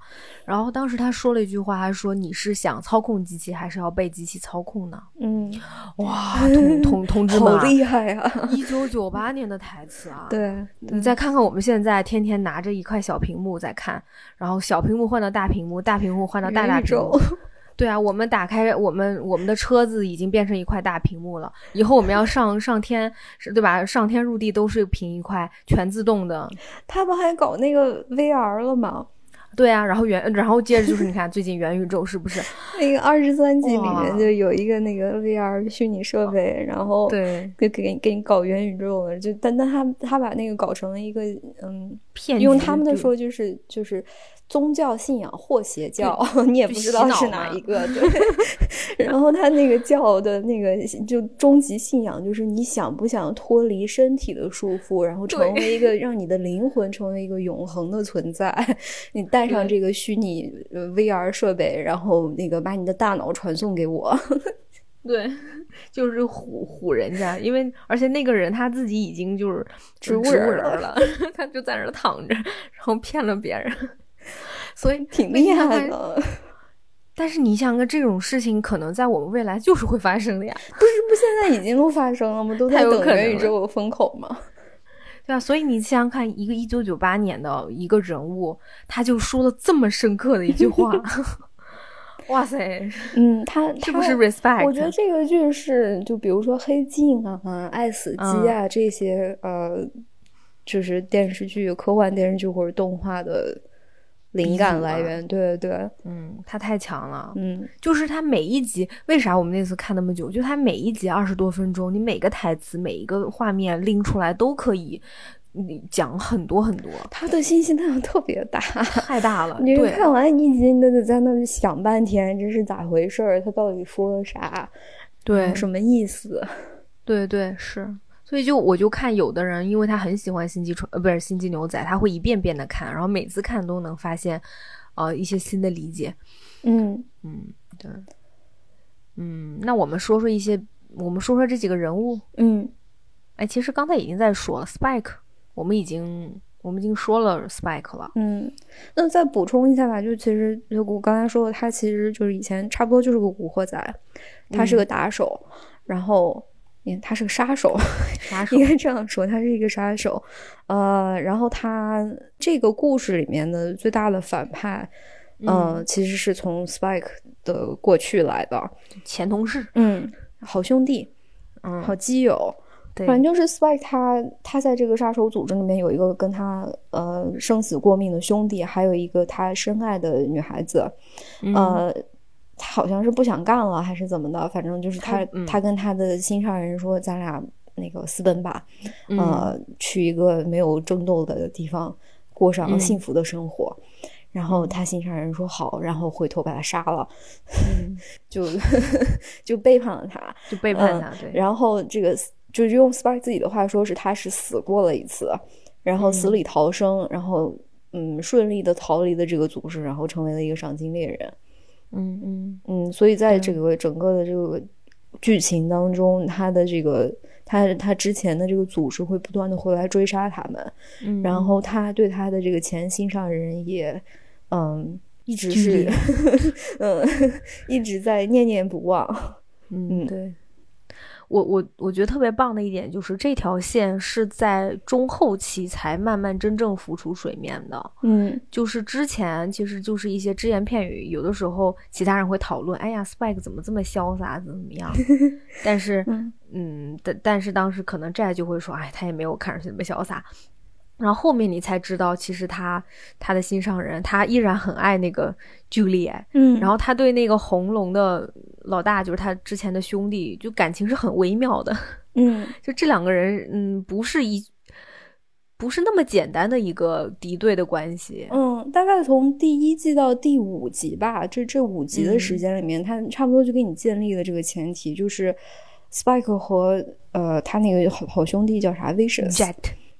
Speaker 2: 然后当时他说了一句话，他说：“你是想操控机器，还是要被机器操控呢
Speaker 3: 嗯，？”
Speaker 2: 哇，同同同志
Speaker 3: 好
Speaker 2: 们，
Speaker 3: 厉 害啊！
Speaker 2: 一九九八年的台词 啊！
Speaker 3: 对，
Speaker 2: 你再看看我们现在天天拿着一块小屏幕在看，然后小屏幕换到大屏幕，大屏幕换到大大
Speaker 3: 元宇
Speaker 2: 屏幕
Speaker 3: 宙。，
Speaker 2: 对啊，我们打开我们我们的车子已经变成一块大屏幕了，以后我们要上上天，是对吧？上天入地都是凭一块全自动的。
Speaker 3: 他不还搞那个 VR 了吗？
Speaker 2: 对啊，然后元，然后接着就是你看最近元宇宙是不是？
Speaker 3: 那个二十三集里
Speaker 2: 哇
Speaker 3: 面就有一个那个 VR 虚拟设备，然后
Speaker 2: 对，
Speaker 3: 就给你给你搞元宇宙了，就但但他他把那个搞成了一个嗯，
Speaker 2: 骗局
Speaker 3: 用他们的
Speaker 2: 就
Speaker 3: 说就是就是宗教信仰或邪教， 你也不知道
Speaker 2: 洗脑
Speaker 3: 是哪
Speaker 2: 嘛
Speaker 3: 一个。对， 然后他那个教的那个就终极信仰就是你想不想脱离身体的束缚，然后成
Speaker 2: 对
Speaker 3: 为一个让你的灵魂成为一个永恒的存在。 你带上
Speaker 2: 对
Speaker 3: 这个虚拟呃 VR 设备，然后那个把你的大脑传送给我。
Speaker 2: 对， 就是唬唬人家，因为而且那个人他自己已经就是
Speaker 3: 植
Speaker 2: 植
Speaker 3: 物
Speaker 2: 物
Speaker 3: 人
Speaker 2: 人
Speaker 3: 了
Speaker 2: 了， 他就在那儿躺着，然后骗了别人， 所以
Speaker 3: 挺
Speaker 2: 那你
Speaker 3: 厉
Speaker 2: 看
Speaker 3: 害
Speaker 2: 看
Speaker 3: 的，
Speaker 2: 但是你想，这种事情可能在我们未来就是会发生的呀，
Speaker 3: 不是不现在已经都发生了吗？都
Speaker 2: 太
Speaker 3: 在
Speaker 2: 有
Speaker 3: 等
Speaker 2: 可
Speaker 3: 元
Speaker 2: 能
Speaker 3: 宇
Speaker 2: 了
Speaker 3: 宙的风口嘛。
Speaker 2: 对吧？所以你想想看，一个一九九八年的一个人物，他就说了这么深刻的一句 话，哇塞，
Speaker 3: 嗯，他
Speaker 2: 是不
Speaker 3: 他
Speaker 2: 是 respect？
Speaker 3: 我觉得这个剧是，就比如说《黑镜》啊、啊《爱死机啊》这些呃，就是电视剧、科幻电视剧或者动画的灵感来源。对对对，
Speaker 2: 嗯，他太强了，
Speaker 3: 嗯，
Speaker 2: 就是他每一集，为啥我们那次看那么久？就他每一集二十多分钟，你每个台词、每一个画面拎出来都可以，你讲很多很多，
Speaker 3: 它的信息量特别大。
Speaker 2: 太大了。
Speaker 3: 你
Speaker 2: 对，
Speaker 3: 看完一集，你都得在那里想半天，这是咋回事儿？他到底说了啥？
Speaker 2: 对，
Speaker 3: 什么意思？
Speaker 2: 对对是，所以就我就看有的人，因为他很喜欢星际穿呃不是星际牛仔，他会一遍遍的看，然后每次看都能发现，呃一些新的理解。
Speaker 3: 嗯，
Speaker 2: 嗯，对，嗯，那我们说说一些，我们说说这几个人物。
Speaker 3: 嗯，
Speaker 2: 哎，其实刚才已经在说了 Spike，我们已经我们已经说了 Spike 了。
Speaker 3: 嗯，那再补充一下吧，就其实就我刚才说过，他其实就是以前差不多就是个古惑仔，他
Speaker 2: 嗯
Speaker 3: 是个打手，然后你看他是个杀手，
Speaker 2: 杀手
Speaker 3: 应该这样说，他是一个杀手。呃，然后他这个故事里面的最大的反派，呃，
Speaker 2: 嗯
Speaker 3: 其实是从 Spike 的过去来的，
Speaker 2: 前同事，
Speaker 3: 嗯，好兄弟，
Speaker 2: 嗯，
Speaker 3: 好基友，
Speaker 2: 对，
Speaker 3: 反正就是 Spike 他他在这个杀手组织里面有一个跟他呃生死过命的兄弟，还有一个他深爱的女孩子，
Speaker 2: 嗯
Speaker 3: 呃，他好像是不想干了还是怎么的，反正就是他
Speaker 2: 他嗯
Speaker 3: 他跟他的心上人说，咱俩那个私奔吧，
Speaker 2: 嗯
Speaker 3: 呃，去一个没有争斗的地方，过上
Speaker 2: 嗯
Speaker 3: 幸福的生活。然后他心上人说好，然后回头把他杀了，
Speaker 2: 嗯
Speaker 3: 就就背叛了他。
Speaker 2: 就背叛
Speaker 3: 嗯
Speaker 2: 他，对，
Speaker 3: 然后这个就是用 Spark 自己的话说是他是死过了一次，然后死里逃生，然后嗯顺利的逃离了这个组织，然后成为了一个赏金猎人。
Speaker 2: 嗯嗯
Speaker 3: 嗯，所以在这个整个的这个剧情当中，他的这个他他之前的这个组织会不断的回来追杀他们，
Speaker 2: 嗯，
Speaker 3: 然后他对他的这个前心上人也嗯。一直
Speaker 2: 距
Speaker 3: 是
Speaker 2: 离，
Speaker 3: 嗯，一直在念念不忘。
Speaker 2: 嗯
Speaker 3: 嗯
Speaker 2: 对。我我我觉得特别棒的一点就是这条线是在中后期才慢慢真正浮出水面的，
Speaker 3: 嗯
Speaker 2: 就是之前其实就是一些只言片语，有的时候其他人会讨论，哎呀，Spike 怎么这么潇洒，怎么怎么 样？但是，
Speaker 3: 嗯
Speaker 2: 嗯，但但是当时可能债就会说，哎，他也没有看上去那么潇洒。然后后面你才知道，其实他他的心上人，他依然很爱那个剧烈，
Speaker 3: 嗯
Speaker 2: 然后他对那个红龙的老大，就是他之前的兄弟，就感情是很微妙的。
Speaker 3: 嗯
Speaker 2: 就这两个人，嗯，不是一不是那么简单的一个敌对的关系。
Speaker 3: 嗯，大概从第一季到第五集吧，这这五集的时间里面，他差不多就给你建立了这个前提，就是 Spike 和呃他那个好好兄弟叫啥 Vicious，
Speaker 2: Jet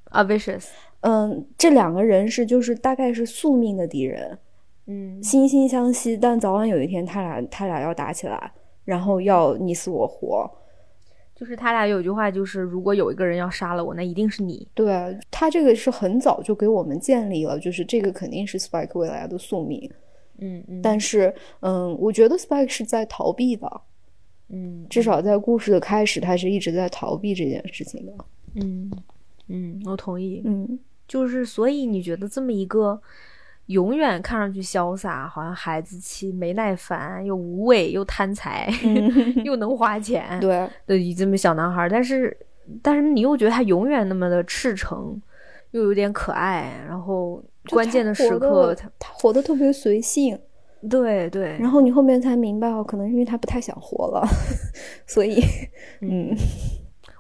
Speaker 2: 啊，Vicious，
Speaker 3: 嗯，这两个人是就是大概是宿命的敌人，
Speaker 2: 嗯
Speaker 3: 惺惺相惜，但早晚有一天他俩他俩要打起来，然后要你死我活。
Speaker 2: 就是他俩有句话，就是如果有一个人要杀了我，那一定是你。
Speaker 3: 对他这个是很早就给我们建立了，就是这个肯定是 Spike 未来的宿命。
Speaker 2: 嗯嗯
Speaker 3: 但是，嗯，我觉得 Spike 是在逃避的，
Speaker 2: 嗯，
Speaker 3: 至少在故事的开始，他是一直在逃避这件事情的。
Speaker 2: 嗯嗯，我同意。
Speaker 3: 嗯
Speaker 2: 就是所以你觉得这么一个永远看上去潇洒，好像孩子气、没耐烦，又无畏又贪财， 又能花钱，
Speaker 3: 对，
Speaker 2: 嗯
Speaker 3: 啊
Speaker 2: 对，这么小男孩儿，但是但是你又觉得他永远那么的赤诚，又有点可爱，然后关键的时
Speaker 3: 就他活
Speaker 2: 刻
Speaker 3: 得，他活得特别随性，
Speaker 2: 对对，
Speaker 3: 然后你后面才明白哦，可能是因为他不太想活了， 所 以，嗯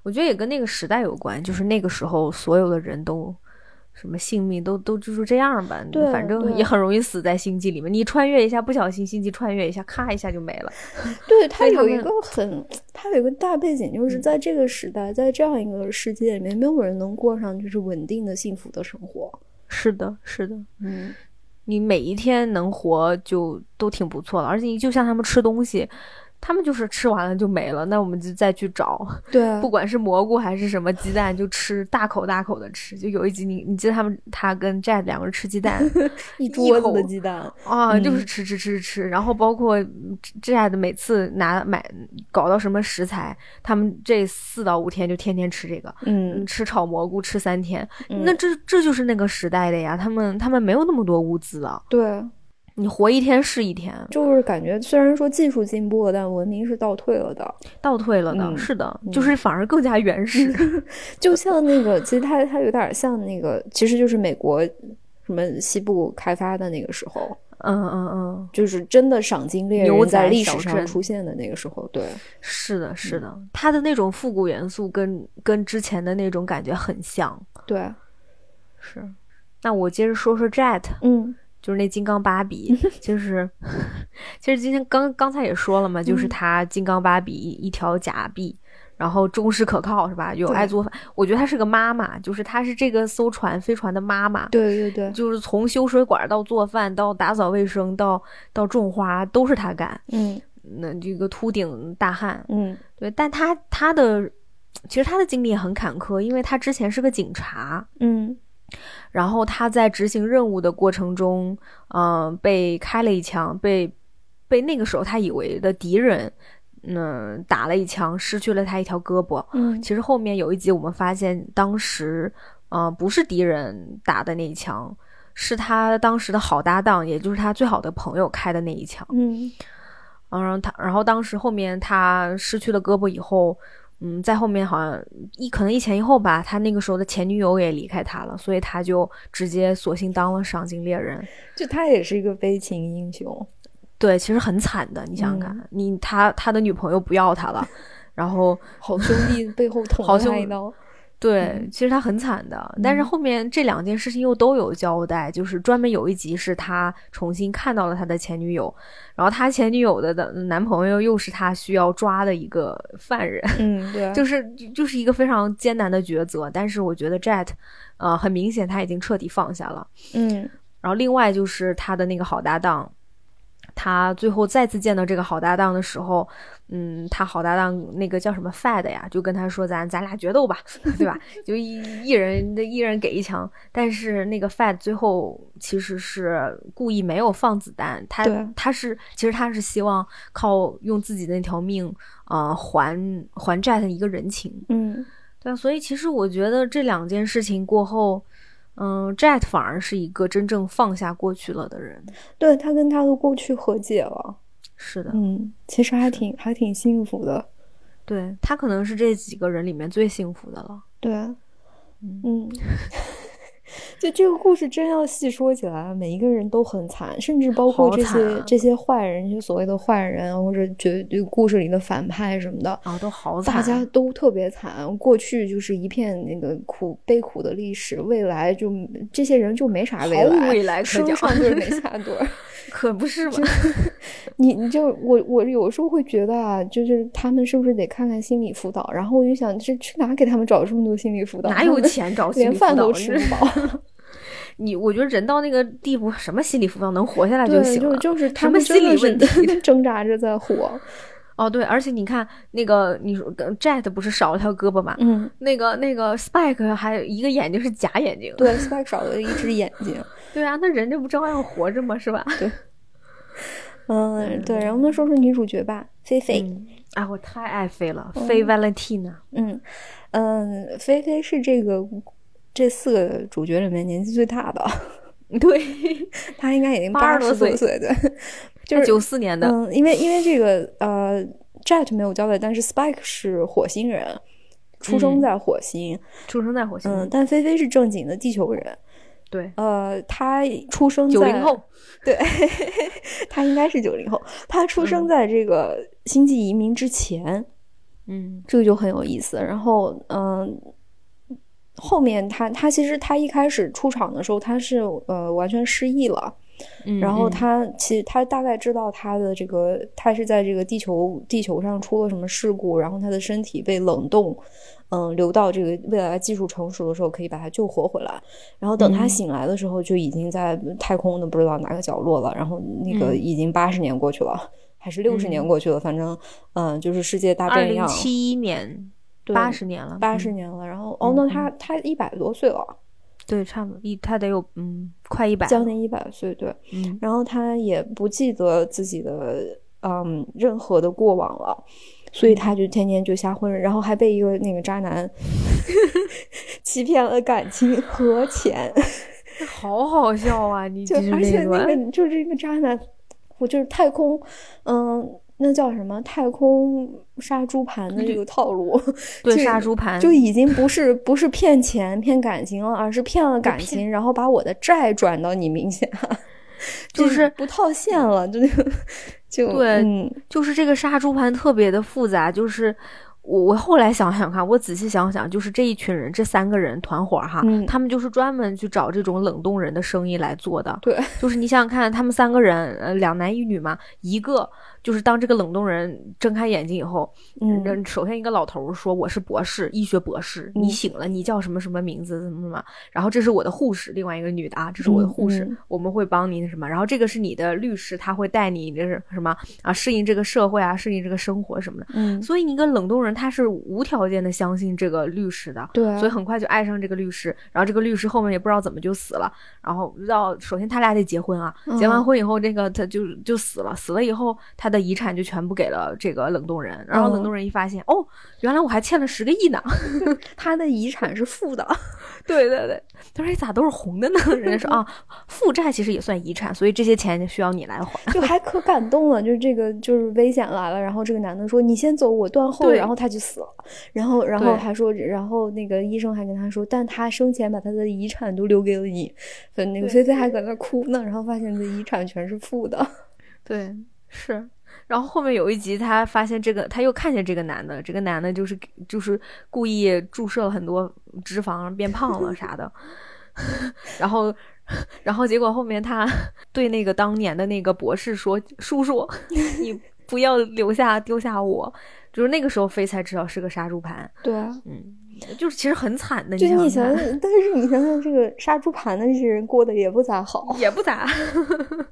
Speaker 2: 我觉得也跟那个时代有关，就是那个时候所有的人都什么性命都都就是这样吧，
Speaker 3: 对
Speaker 2: 反正
Speaker 3: 对
Speaker 2: 也很容易死在星际里面。你穿越一下，不小心星际穿越一下，咔一下就没了。
Speaker 3: 对他
Speaker 2: 以他
Speaker 3: 有一
Speaker 2: 们嗯
Speaker 3: 个很，他有一个大背景，就是在这个时代，在这样一个世界里面，没有人能过上就是稳定的幸福的生活。
Speaker 2: 是的，是的，
Speaker 3: 嗯
Speaker 2: 你每一天能活就都挺不错了，而且你就像他们吃东西。他们就是吃完了就没了，那我们就再去找，
Speaker 3: 对啊
Speaker 2: 不，管是蘑菇还是什么鸡蛋，就吃大口大口的吃。就有一集你你记得他们他跟 Jet 两个人吃鸡蛋，
Speaker 3: 一
Speaker 2: 一
Speaker 3: 桌子
Speaker 2: 口
Speaker 3: 的鸡蛋，
Speaker 2: 啊，就是
Speaker 3: 嗯
Speaker 2: 吃吃吃吃，然后包括这样的每次拿买搞到什么食材，他们这四到五天就天天吃这个，嗯，
Speaker 3: 嗯，
Speaker 2: 吃炒蘑菇吃三天，
Speaker 3: 嗯
Speaker 2: 那这这就是那个时代的呀，他们他们没有那么多物资啊，
Speaker 3: 对，
Speaker 2: 你活一天是一天，
Speaker 3: 就是感觉虽然说技术进步了，但文明是倒退了的。
Speaker 2: 倒退了的，
Speaker 3: 嗯
Speaker 2: 是的，就是反而更加原 始，
Speaker 3: 就像那个，其实它它有点像那个，其实就是美国什么西部开发的那个时候，
Speaker 2: 嗯嗯嗯，
Speaker 3: 就是真的赏金猎
Speaker 2: 牛
Speaker 3: 人
Speaker 2: 仔
Speaker 3: 在历
Speaker 2: 小
Speaker 3: 史上
Speaker 2: 镇
Speaker 3: 出现的那个时候，对，
Speaker 2: 是的，是的，
Speaker 3: 嗯
Speaker 2: 它的那种复古元素跟跟之前的那种感觉很像，
Speaker 3: 对，啊
Speaker 2: 是。那我接着说说 Jet，
Speaker 3: 嗯
Speaker 2: 就是那金刚芭比，就是， 其实今天刚刚才也说了嘛，就是他金刚芭比一一条假币，然后忠实可靠是吧？有
Speaker 3: 对
Speaker 2: 爱做饭，我觉得她是个妈妈，就是她是这个艘船飞船的妈妈。
Speaker 3: 对对对，
Speaker 2: 就是从修水管到做饭，到打扫卫生，到到种花，都是她干。
Speaker 3: 嗯
Speaker 2: 那这个秃顶大汉，
Speaker 3: 嗯
Speaker 2: 对，但她她的其实她的经历也很坎坷，因为她之前是个警察，
Speaker 3: 嗯
Speaker 2: 然后他在执行任务的过程中，嗯、被开了一枪，被被那个时候他以为的敌人，嗯、打了一枪，失去了他一条胳膊。
Speaker 3: 嗯
Speaker 2: 其实后面有一集我们发现，当时，嗯、不是敌人打的那一枪，是他当时的好搭档，也就是他最好的朋友开的那一枪。
Speaker 3: 嗯
Speaker 2: 嗯，然后他，然后当时后面他失去了胳膊以后，嗯，在后面好像一可能一前一后吧，他那个时候的前女友也离开他了，所以他就直接索性当了赏金猎人。
Speaker 3: 就他也是一个悲情英雄。
Speaker 2: 对，其实很惨的，你想想看，
Speaker 3: 嗯
Speaker 2: 你他他的女朋友不要他 了，然后
Speaker 3: 好兄弟背后捅
Speaker 2: 好
Speaker 3: 了
Speaker 2: 兄
Speaker 3: 他一刀，
Speaker 2: 对
Speaker 3: 嗯，
Speaker 2: 其实他很惨的，但是
Speaker 3: 嗯
Speaker 2: 后面这两件事情又都有交代，就是专门有一集是他重新看到了他的前女友，然后他前女友的的男朋友又是他需要抓的一个犯人。
Speaker 3: 嗯，对，
Speaker 2: 就是就是一个非常艰难的抉择。但是我觉得 Jet，呃，很明显他已经彻底放下了。
Speaker 3: 嗯
Speaker 2: 然后另外就是他的那个好搭档，他最后再次见到这个好搭档的时候，嗯，他好搭档那个叫什么 Fed 呀，就跟他说咱咱俩决斗吧， 对吧？就一一人一人给一枪。但是那个 Fed 最后其实是故意没有放子弹，他
Speaker 3: 对
Speaker 2: 他是其实他是希望靠用自己的那条命，呃，还还 Jet 一个人情。
Speaker 3: 嗯
Speaker 2: 对啊，所以其实我觉得这两件事情过后，嗯，Jet 反而是一个真正放下过去了的人。
Speaker 3: 对他跟他的过去和解了，
Speaker 2: 是的，
Speaker 3: 嗯，其实还挺还挺幸福的，
Speaker 2: 对他可能是这几个人里面最幸福的了。
Speaker 3: 对，啊嗯， 就这个故事真要细说起来，每一个人都很惨，甚至包括
Speaker 2: 好
Speaker 3: 这
Speaker 2: 惨
Speaker 3: 些
Speaker 2: 啊
Speaker 3: 这些坏人，这些所谓的坏人或者觉就故事里的反派什么的，
Speaker 2: 啊，都好惨，
Speaker 3: 大家都特别惨，过去就是一片那个苦悲苦的历史，未来就这些人就没啥未
Speaker 2: 毫无
Speaker 3: 来，
Speaker 2: 未来可
Speaker 3: 说
Speaker 2: 讲
Speaker 3: 上对儿 没下对儿。
Speaker 2: 可不是嘛？
Speaker 3: 你你就我我有时候会觉得啊，就是他们是不是得看看心理辅导？然后我就想，这去哪给他们找这么多心理辅导？
Speaker 2: 哪
Speaker 3: 他
Speaker 2: 有
Speaker 3: 们
Speaker 2: 钱找心
Speaker 3: 连
Speaker 2: 理辅
Speaker 3: 饭
Speaker 2: 导
Speaker 3: 都
Speaker 2: 呢
Speaker 3: 吃不 饱。
Speaker 2: 你我觉得人到那个地步，什么心理辅导能活下来
Speaker 3: 对，
Speaker 2: 行了。
Speaker 3: 就是
Speaker 2: 什
Speaker 3: 他
Speaker 2: 么
Speaker 3: 们
Speaker 2: 心
Speaker 3: 真
Speaker 2: 理
Speaker 3: 的
Speaker 2: 问
Speaker 3: 是
Speaker 2: 题？
Speaker 3: 挣扎着 在活。
Speaker 2: 哦，对，而且你看那个，你说跟 Jet 不是少了条胳膊嘛？
Speaker 3: 嗯，
Speaker 2: 那个那个 Spike 还有一个眼睛是假眼睛，
Speaker 3: 对，Spike 少了一只眼睛。
Speaker 2: 对啊，那人家不照样活着吗？是吧？
Speaker 3: 嗯，对。然后我们说说女主角吧，菲菲。
Speaker 2: 嗯，啊，我太爱飞了，飞 Valentina，
Speaker 3: 嗯嗯，菲菲是这个这四个主角里面年纪最大的，
Speaker 2: 对，
Speaker 3: 她应该已经
Speaker 2: 82
Speaker 3: 十
Speaker 2: 岁
Speaker 3: 多岁对， 就是
Speaker 2: 九四年的，
Speaker 3: 嗯，因为因为这个呃，Jet 没有交代，但是 Spike 是火星人，出生
Speaker 2: 嗯
Speaker 3: 在火星，
Speaker 2: 出生在火星，
Speaker 3: 嗯，但菲菲是正经的地球人，
Speaker 2: 对，
Speaker 3: 呃，她出生在
Speaker 2: 九零后，，
Speaker 3: 对，她应该是九零后，她出生在这个星际移民之前，
Speaker 2: 嗯
Speaker 3: 这个就很有意思。然后，嗯，后面他他其实他一开始出场的时候，他是呃完全失忆了，
Speaker 2: 嗯，
Speaker 3: 然后
Speaker 2: 嗯
Speaker 3: 他其实他大概知道他的这个，他是在这个地球地球上出了什么事故，然后他的身体被冷冻，嗯，留到这个未来技术成熟的时候可以把他救活回来。然后等他
Speaker 2: 嗯
Speaker 3: 醒来的时候，就已经在太空的不知道哪个角落了。然后那个
Speaker 2: 嗯
Speaker 3: 已经八十年过去了，还是六十年
Speaker 2: 嗯
Speaker 3: 过去了，反正嗯，就是世界大
Speaker 2: 二
Speaker 3: 变
Speaker 2: 零
Speaker 3: 样，
Speaker 2: 七一年，
Speaker 3: 对
Speaker 2: 八十年了，
Speaker 3: 八十
Speaker 2: 嗯，
Speaker 3: 年了。然后哦，那他他一百多岁了，
Speaker 2: 对，差不多一，他得有嗯快一百，
Speaker 3: 将近一百岁，对。
Speaker 2: 嗯
Speaker 3: 然后他也不记得自己的嗯任何的过往了，所
Speaker 2: 嗯
Speaker 3: 以他就天天就瞎混，然后还被一个那个渣男 欺骗了感情和钱，
Speaker 2: 好好笑啊，你
Speaker 3: 就
Speaker 2: 就是
Speaker 3: 而且
Speaker 2: 那
Speaker 3: 那
Speaker 2: 段，
Speaker 3: 个就是这个渣男，我就是太空，嗯。那叫什么太空杀猪盘的这个套路，
Speaker 2: 对
Speaker 3: 就
Speaker 2: 杀猪盘，
Speaker 3: 就已经不是不是骗钱骗感情了，而是骗了感
Speaker 2: 骗
Speaker 3: 情，然后把我的债转到你 名下，
Speaker 2: 就
Speaker 3: 这
Speaker 2: 是
Speaker 3: 不套现了，就那个就
Speaker 2: 对
Speaker 3: 嗯
Speaker 2: 就是这个杀猪盘特别的复杂，就是。我我后来想想看，我仔细想想，就是这一群人，这三个人团伙儿哈，
Speaker 3: 嗯
Speaker 2: 他们就是专门去找这种冷冻人的生意来做的。
Speaker 3: 对，
Speaker 2: 就是你想想看，他们三个人，呃，两男一女嘛，一个就是当这个冷冻人睁开眼睛以后，
Speaker 3: 嗯
Speaker 2: 人首先一个老头儿说我是博士，医学博士，
Speaker 3: 嗯
Speaker 2: 你醒了，你叫什么什么名字，怎么怎么，然后这是我的护士，另外一个女的啊，这是我的护士，
Speaker 3: 嗯嗯
Speaker 2: 我们会帮你那什么，然后这个是你的律师，他会带你那是什么啊，适应这个社会啊，适应这个生活什么的。
Speaker 3: 嗯，
Speaker 2: 所以你一个冷冻人，他是无条件的相信这个律师的，
Speaker 3: 对啊，
Speaker 2: 所以很快就爱上这个律师，然后这个律师后面也不知道怎么就死了，然后到首先他俩得结婚啊，结完
Speaker 3: 嗯
Speaker 2: 婚以后这个他就就死了，死了以后他的遗产就全部给了这个冷冻人，然后冷
Speaker 3: 嗯
Speaker 2: 冻人一发现、哦，原来我还欠了十个亿呢，
Speaker 3: 他的遗产是负的，
Speaker 2: 对对对，他说哎咋都是红的呢？ 人家说啊，负债其实也算遗产，所以这些钱需要你来还，
Speaker 3: 就还可感动了。就是这个就是危险来了，然后这个男的说你先走，我断后，
Speaker 2: 对
Speaker 3: 然后他就死了。然后然后
Speaker 2: 对
Speaker 3: 还说，然后那个医生还跟他说，但他生前把他的遗产都留给了你，呃那个
Speaker 2: 对
Speaker 3: 菲菲还搁那哭呢，然后发现这遗产全是负的。
Speaker 2: 对是。然后后面有一集，他发现这个，他又看见这个男的，这个男的就是就是故意注射了很多脂肪，变胖了啥的。 然后，然后结果后面他 对那个当年的那个博士说：“叔叔， 你不要留下丢下我。”就是那个时候，飞才知道是个杀猪盘，
Speaker 3: 对啊，
Speaker 2: 就是其实很惨的。
Speaker 3: 就
Speaker 2: 你
Speaker 3: 你
Speaker 2: 想
Speaker 3: 想
Speaker 2: 想，
Speaker 3: 想，但是你想想这个杀猪盘的这人过得也不咋好。
Speaker 2: 也不咋，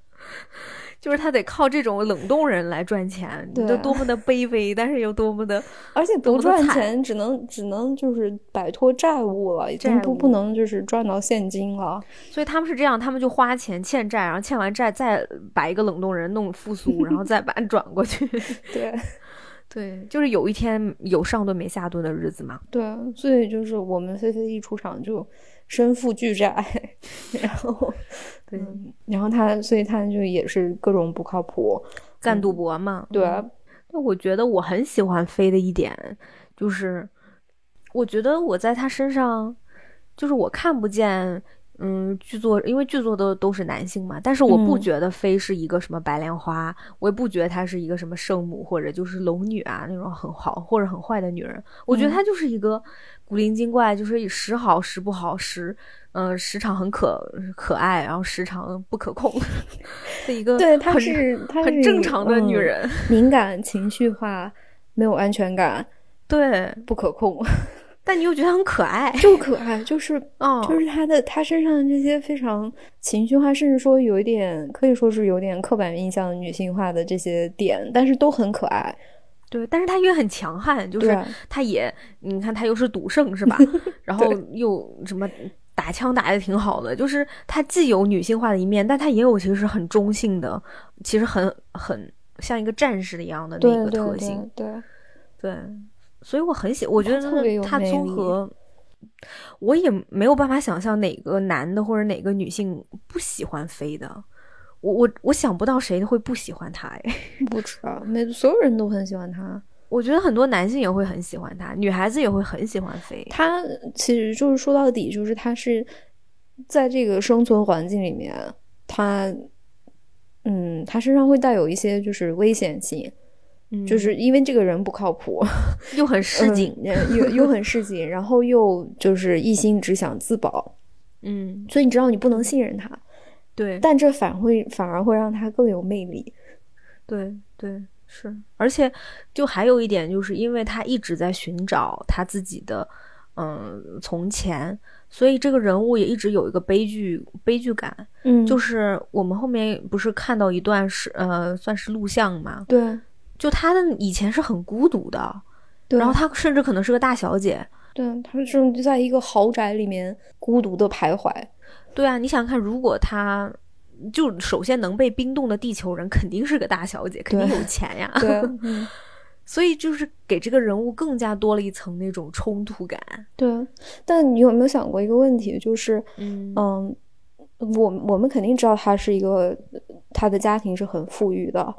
Speaker 2: 就是他得靠这种冷冻人来赚钱，
Speaker 3: 对
Speaker 2: 你都多么的卑微，但是又多么的
Speaker 3: 而且
Speaker 2: 多
Speaker 3: 不
Speaker 2: 么
Speaker 3: 赚
Speaker 2: 惨
Speaker 3: 钱，只能只能就是摆脱债务了，已经
Speaker 2: 债
Speaker 3: 不
Speaker 2: 务
Speaker 3: 不能就是赚到现 金了。
Speaker 2: 所以他们是这样，他们就花钱欠债，然后欠完债再把一个冷冻人弄复苏，然后再把它转过去。
Speaker 3: 对
Speaker 2: 对，就是有一天有上顿没下顿的日子嘛。
Speaker 3: 对，所以就是我们菲菲一出场就身负巨债， 然后
Speaker 2: 对，
Speaker 3: 嗯然后他，所以他就也是各种不靠谱。
Speaker 2: 干赌博嘛。
Speaker 3: 嗯
Speaker 2: 嗯
Speaker 3: 对，
Speaker 2: 那我觉得我很喜欢飞的一点就是，我觉得我在他身上，就是我看不见。嗯，剧作因为剧作都都是男性嘛，但是我不
Speaker 3: 嗯
Speaker 2: 觉得飞是一个什么白莲花，我也不觉得她是一个什么圣母或者就是龙女啊那种很好或者很坏的女人。我觉得
Speaker 3: 嗯
Speaker 2: 她就是一个古灵精怪，就是时好时不好，时嗯、呃时常很可可爱，然后时常不可控 的一个
Speaker 3: 对，她
Speaker 2: 很
Speaker 3: 是她是
Speaker 2: 很
Speaker 3: 一
Speaker 2: 正
Speaker 3: 个
Speaker 2: 常的女
Speaker 3: 嗯
Speaker 2: 人。
Speaker 3: 敏感、情绪化，没有安全感，
Speaker 2: 对，
Speaker 3: 不 可控，
Speaker 2: 但你又觉得很可 爱，
Speaker 3: 就可爱，就是
Speaker 2: 哦，
Speaker 3: 就是他的他身上的这些非常情绪化，甚至说有一点可以说是有点刻板印象女性化的这些点，但是都很可爱。
Speaker 2: 对，但是他也很强悍，就
Speaker 3: 对
Speaker 2: 是
Speaker 3: 啊
Speaker 2: 他也，你看他又是赌圣 是吧？然后又什么打枪打的挺好的，就是他既有女性化的一面，但他也有其实很中性的，其实很很像一个战士一样的那
Speaker 3: 对
Speaker 2: 个
Speaker 3: 对
Speaker 2: 特
Speaker 3: 对
Speaker 2: 性，
Speaker 3: 对，
Speaker 2: 对，所以我很喜，我觉
Speaker 3: 特别
Speaker 2: 得
Speaker 3: 有
Speaker 2: 他
Speaker 3: 魅
Speaker 2: 综
Speaker 3: 力
Speaker 2: 合。我也没有办法想象哪个男的或者哪个女性不喜欢飞的，我我我想不到谁会不喜欢他哎。
Speaker 3: 不知道，每所有人都很喜欢他。
Speaker 2: 我觉得很多男性也会很喜欢他，女孩子也会很喜欢飞。
Speaker 3: 他其实就是说到底，就是他是在这个生存环境里面，他嗯，他身上会带有一些就是危险性，
Speaker 2: 嗯
Speaker 3: 就是因为这个人不靠谱。
Speaker 2: 又很市井，
Speaker 3: 嗯呃又又很市井，然后又就是一心只想自保，
Speaker 2: 嗯，
Speaker 3: 所以你知道你不能信任他，
Speaker 2: 对，
Speaker 3: 但这反会反而会让他更有魅力。
Speaker 2: 对对是，而且就还有一点，就是因为他一直在寻找他自己的，嗯，从前，所以这个人物也一直有一个悲剧悲剧感。
Speaker 3: 嗯
Speaker 2: 就是是我们后面不是看到一段是呃，算是录像嘛，
Speaker 3: 对
Speaker 2: 就他的以前是很孤独的，
Speaker 3: 对，
Speaker 2: 然后他甚至可能是个大小姐，
Speaker 3: 对他这种就在一个豪宅里面孤独的徘 徊，
Speaker 2: 对啊，你想想看，如果她就首先能被冰冻的地球人，肯定是个大小姐，肯定
Speaker 3: 对
Speaker 2: 有钱呀。
Speaker 3: 对， 嗯、
Speaker 2: 所以就是给这个人物更加多了一层那种冲突感。
Speaker 3: 对。但你有没有想过一个问题，就是
Speaker 2: 嗯
Speaker 3: 嗯，我我们肯定知道他是一个，他的家庭是很富裕的。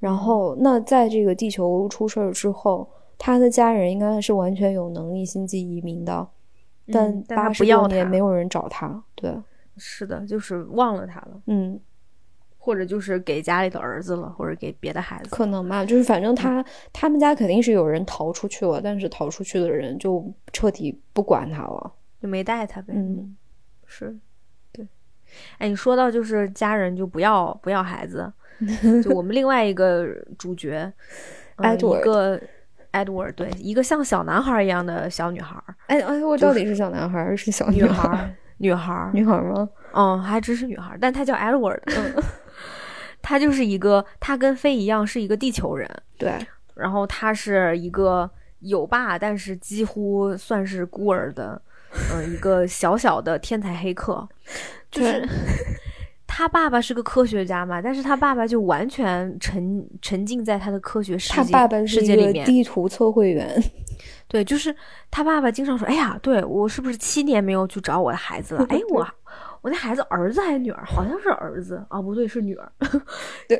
Speaker 3: 然后，那在这个地球出事儿之后，他的家人应该是完全有能力星际移民的，但
Speaker 2: 嗯但他
Speaker 3: 八
Speaker 2: 不
Speaker 3: 十
Speaker 2: 要
Speaker 3: 多
Speaker 2: 他
Speaker 3: 年没有人找他。对，
Speaker 2: 是的，就是忘了他了，
Speaker 3: 嗯，
Speaker 2: 或者就是给家里的儿子了，或者给别的孩子。
Speaker 3: 可能吧，就是反正他他们家肯定是有人逃出去了，但是逃出去的人就彻底不管他了。
Speaker 2: 就没带他呗。
Speaker 3: 嗯，
Speaker 2: 是，对。哎，你说到就是家人就不要不要孩子，就我们另外一个主角，呃、
Speaker 3: Edward
Speaker 2: 一个 Edward，对，一个像小男孩一样的小女孩儿，
Speaker 3: 哎哎，我到底是小男孩还是小
Speaker 2: 女
Speaker 3: 孩
Speaker 2: 孩
Speaker 3: 儿？
Speaker 2: 儿，女孩儿，
Speaker 3: 女孩儿吗？
Speaker 2: 嗯，还真是女孩儿，但她叫 Edward，她就是一个，她跟飞一样是一个地球人，
Speaker 3: 对，
Speaker 2: 然后她是一个有爸，但是几乎算是孤儿的，嗯、一个小小的天才黑客，就是
Speaker 3: 对
Speaker 2: 他爸爸是个科学家嘛，但是他爸爸就完全沉沉浸在他的科学世界
Speaker 3: 他爸爸是
Speaker 2: 世
Speaker 3: 一
Speaker 2: 界里
Speaker 3: 个
Speaker 2: 面。
Speaker 3: 地图测绘员，
Speaker 2: 对，就是他爸爸经常说：“哎呀，对我是不是七年没有去找我的孩子了？哎， 我我那孩子儿子还是女儿？好像是儿子啊，不对，是女儿。
Speaker 3: 对，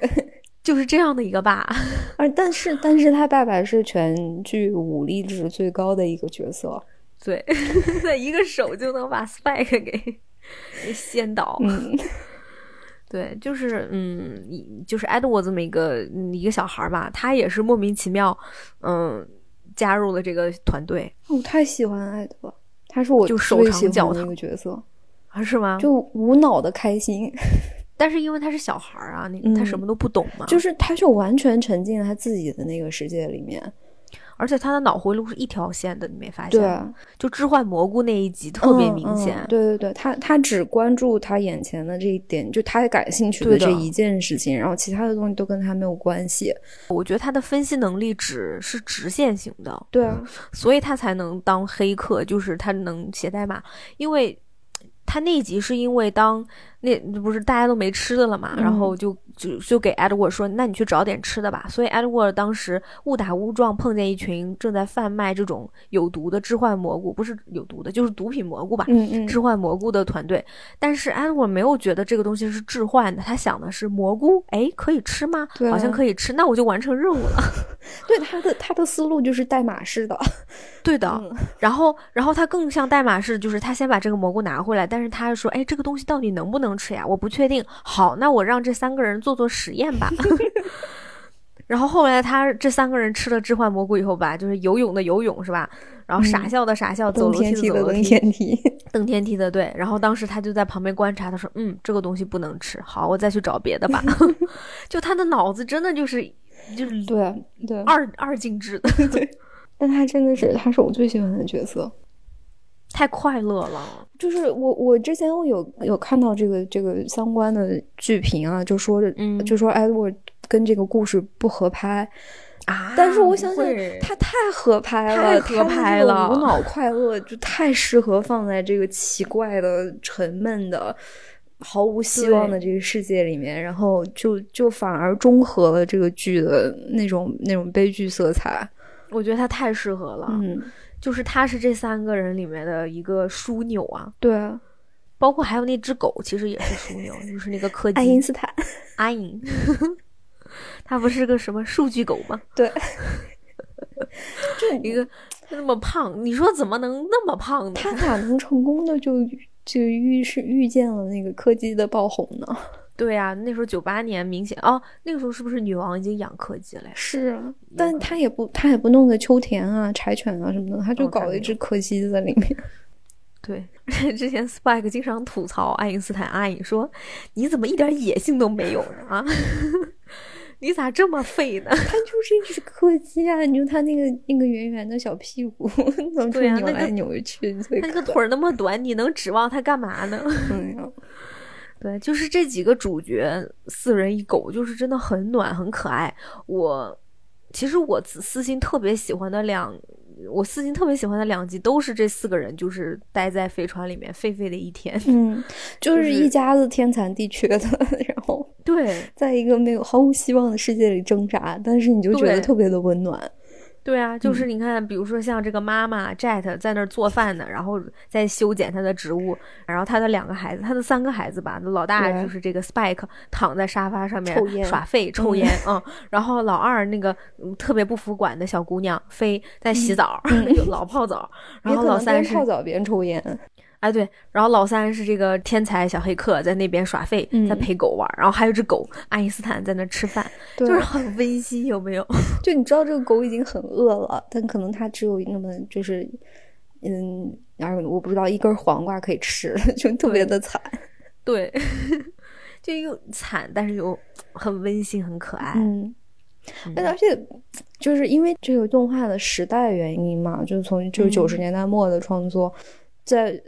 Speaker 2: 就是这样的一个爸。
Speaker 3: 而但是但是他爸爸是全剧武力值最高的一个角色，
Speaker 2: 对， 在一个手就能把 Spike 给给掀倒。
Speaker 3: 嗯，
Speaker 2: 对，就是嗯，一就是 Edward 这么一个嗯一个小孩儿吧，他也是莫名其妙，嗯，加入了这个团队，
Speaker 3: 我太喜欢艾德了，他是我
Speaker 2: 就手
Speaker 3: 最
Speaker 2: 长
Speaker 3: 喜
Speaker 2: 脚
Speaker 3: 欢的一
Speaker 2: 长
Speaker 3: 个角色，
Speaker 2: 啊，是吗？
Speaker 3: 就无脑的开心，
Speaker 2: 但是因为他是小孩儿啊，你
Speaker 3: 嗯
Speaker 2: 他什么都不懂嘛，
Speaker 3: 就是他就完全沉浸在他自己的那个世界里面，
Speaker 2: 而且他的脑回路是一条线的，你没发现
Speaker 3: 对，啊
Speaker 2: 吗？就置换蘑菇那一集特别
Speaker 3: 嗯
Speaker 2: 明
Speaker 3: 嗯
Speaker 2: 显，
Speaker 3: 对对对，他他只关注他眼前的这一点，就他感兴趣的
Speaker 2: 对的
Speaker 3: 这一件事情，然后其他的东西都跟他没有关系，
Speaker 2: 我觉得他的分析能力只是直线型的，
Speaker 3: 对啊，
Speaker 2: 所以他才能当黑客，就是他能写代码，因为。他那一集是因为当那不是大家都没吃的了嘛，
Speaker 3: 嗯
Speaker 2: 然后就就就给 Edward 说，那你去找点吃的吧。所以 Edward 当时误打误撞碰见一群正在贩卖这种有毒的置换蘑菇，不是有毒的，就是毒品蘑菇吧，
Speaker 3: 嗯嗯，
Speaker 2: 置换蘑菇的团队。但是 Edward 没有觉得这个东西是置换的，他想的是蘑菇，哎，可以吃吗？
Speaker 3: 对啊
Speaker 2: 好像可以吃，那我就完成任务了。
Speaker 3: 对他的他的思路就是代码式的，
Speaker 2: 对的，
Speaker 3: 嗯
Speaker 2: 然后，然后他更像代码是，就是他先把这个蘑菇拿回来，但是他说，哎，这个东西到底能不能吃呀？我不确定。好，那我让这三个人做做实验吧。 然后后来他这三个人吃了置换蘑菇以后吧，就是游泳的游泳是吧？然后傻笑的傻笑，走楼
Speaker 3: 登嗯天
Speaker 2: 梯
Speaker 3: 梯
Speaker 2: 走
Speaker 3: 的
Speaker 2: 楼梯，
Speaker 3: 登天梯，
Speaker 2: 登天梯的对。然后当时他就在旁边观察，他说，嗯，这个东西不能吃，好，我再去找别的 吧。 就他的脑子真的就是就是
Speaker 3: 对对，
Speaker 2: 二二进制的，
Speaker 3: 但他真的是他是我最喜欢的角色。
Speaker 2: 太快乐了。
Speaker 3: 就是我，我之前我有有看到这个这个相关的剧评啊，就说，
Speaker 2: 嗯
Speaker 3: 就说 Edward 跟这个故事不合拍，
Speaker 2: 啊！
Speaker 3: 但是我想
Speaker 2: 不
Speaker 3: 想
Speaker 2: 会，
Speaker 3: 他太合拍
Speaker 2: 太
Speaker 3: 了，
Speaker 2: 合拍
Speaker 3: 他的
Speaker 2: 了
Speaker 3: 这种无脑快乐就太适合放在这个奇怪的、沉闷的、毫无希望的这个世界里面，然后就就反而中和了这个剧的那种那种悲剧色
Speaker 2: 啊
Speaker 3: 彩。
Speaker 2: 我觉得他太适合了，
Speaker 3: 嗯，
Speaker 2: 就是他是这三个人里面的一个枢纽啊，
Speaker 3: 对啊，
Speaker 2: 包括还有那只狗，其实也是枢纽，就是那个柯基
Speaker 3: 爱因斯坦，
Speaker 2: 阿银， 他不是个什么数据狗吗？
Speaker 3: 对，
Speaker 2: 一个那么胖，你说怎么能那么胖呢？
Speaker 3: 他哪能成功的就就遇是遇见了那个柯基的爆红呢？
Speaker 2: 对呀、那时候九八年明显哦，那个时候是不是女王已经养柯基了呀？
Speaker 3: 是啊，但他也不他也不弄个秋田啊、柴犬啊什么的，他就
Speaker 2: 哦他
Speaker 3: 搞了
Speaker 2: 没
Speaker 3: 一
Speaker 2: 有
Speaker 3: 只柯基在里 面。
Speaker 2: 对， 之前 Spike 经常吐槽爱因斯坦阿姨说：“你怎么一点野性都没有呢？啊， 你咋这么废呢？”
Speaker 3: 它就是一只柯基啊！你说它那个那个圆圆的小屁股， 怎么就
Speaker 2: 对啊
Speaker 3: 扭
Speaker 2: 那个
Speaker 3: 来扭去？
Speaker 2: 他那个腿儿那么短，你能指望他干嘛呢？
Speaker 3: 嗯呀，
Speaker 2: 对，就是这几个主角四人一狗，就是真的很暖很可爱。我其实我私私心特别喜欢的两，我私心特别喜欢的两集都是这四个人，就是待在飞船里面沸沸的一天。
Speaker 3: 嗯，就是
Speaker 2: 是
Speaker 3: 一家子天残地缺的， 然后
Speaker 2: 对，
Speaker 3: 在一个没有毫无希望的世界里挣扎，但是你就觉得
Speaker 2: 对
Speaker 3: 特别的温暖。
Speaker 2: 对啊，
Speaker 3: 嗯
Speaker 2: 就是你看，比如说像这个妈妈 Jet 在那儿做饭呢，然后在修剪她的植物，然后她的两个孩子，她的三个孩子吧，老大
Speaker 3: 对
Speaker 2: 就是这个 Spike 躺在沙发上面
Speaker 3: 抽烟
Speaker 2: 耍废抽烟，嗯，然后老二那个嗯特别不服管的小姑娘飞在洗澡，就老泡 澡，然
Speaker 3: 嗯也
Speaker 2: 后
Speaker 3: 可
Speaker 2: 老
Speaker 3: 能边
Speaker 2: 三是
Speaker 3: 泡澡边抽烟，
Speaker 2: 哎对，然后老三是这个天才小黑客在那边耍废，
Speaker 3: 嗯
Speaker 2: 在陪狗玩，然后还有只狗爱因斯坦在那吃饭，
Speaker 3: 对
Speaker 2: 就是很温馨，有没有？
Speaker 3: 就你知道这个狗已经很饿了，但可能它只有那么就是，嗯，然后我不知道一根黄瓜可以吃，就特别的惨。
Speaker 2: 对， 就又惨，但是又很温馨，很可爱。
Speaker 3: 嗯，那而且就是因为这个动画的时代原因嘛，就是从就是九十年代末的创作，在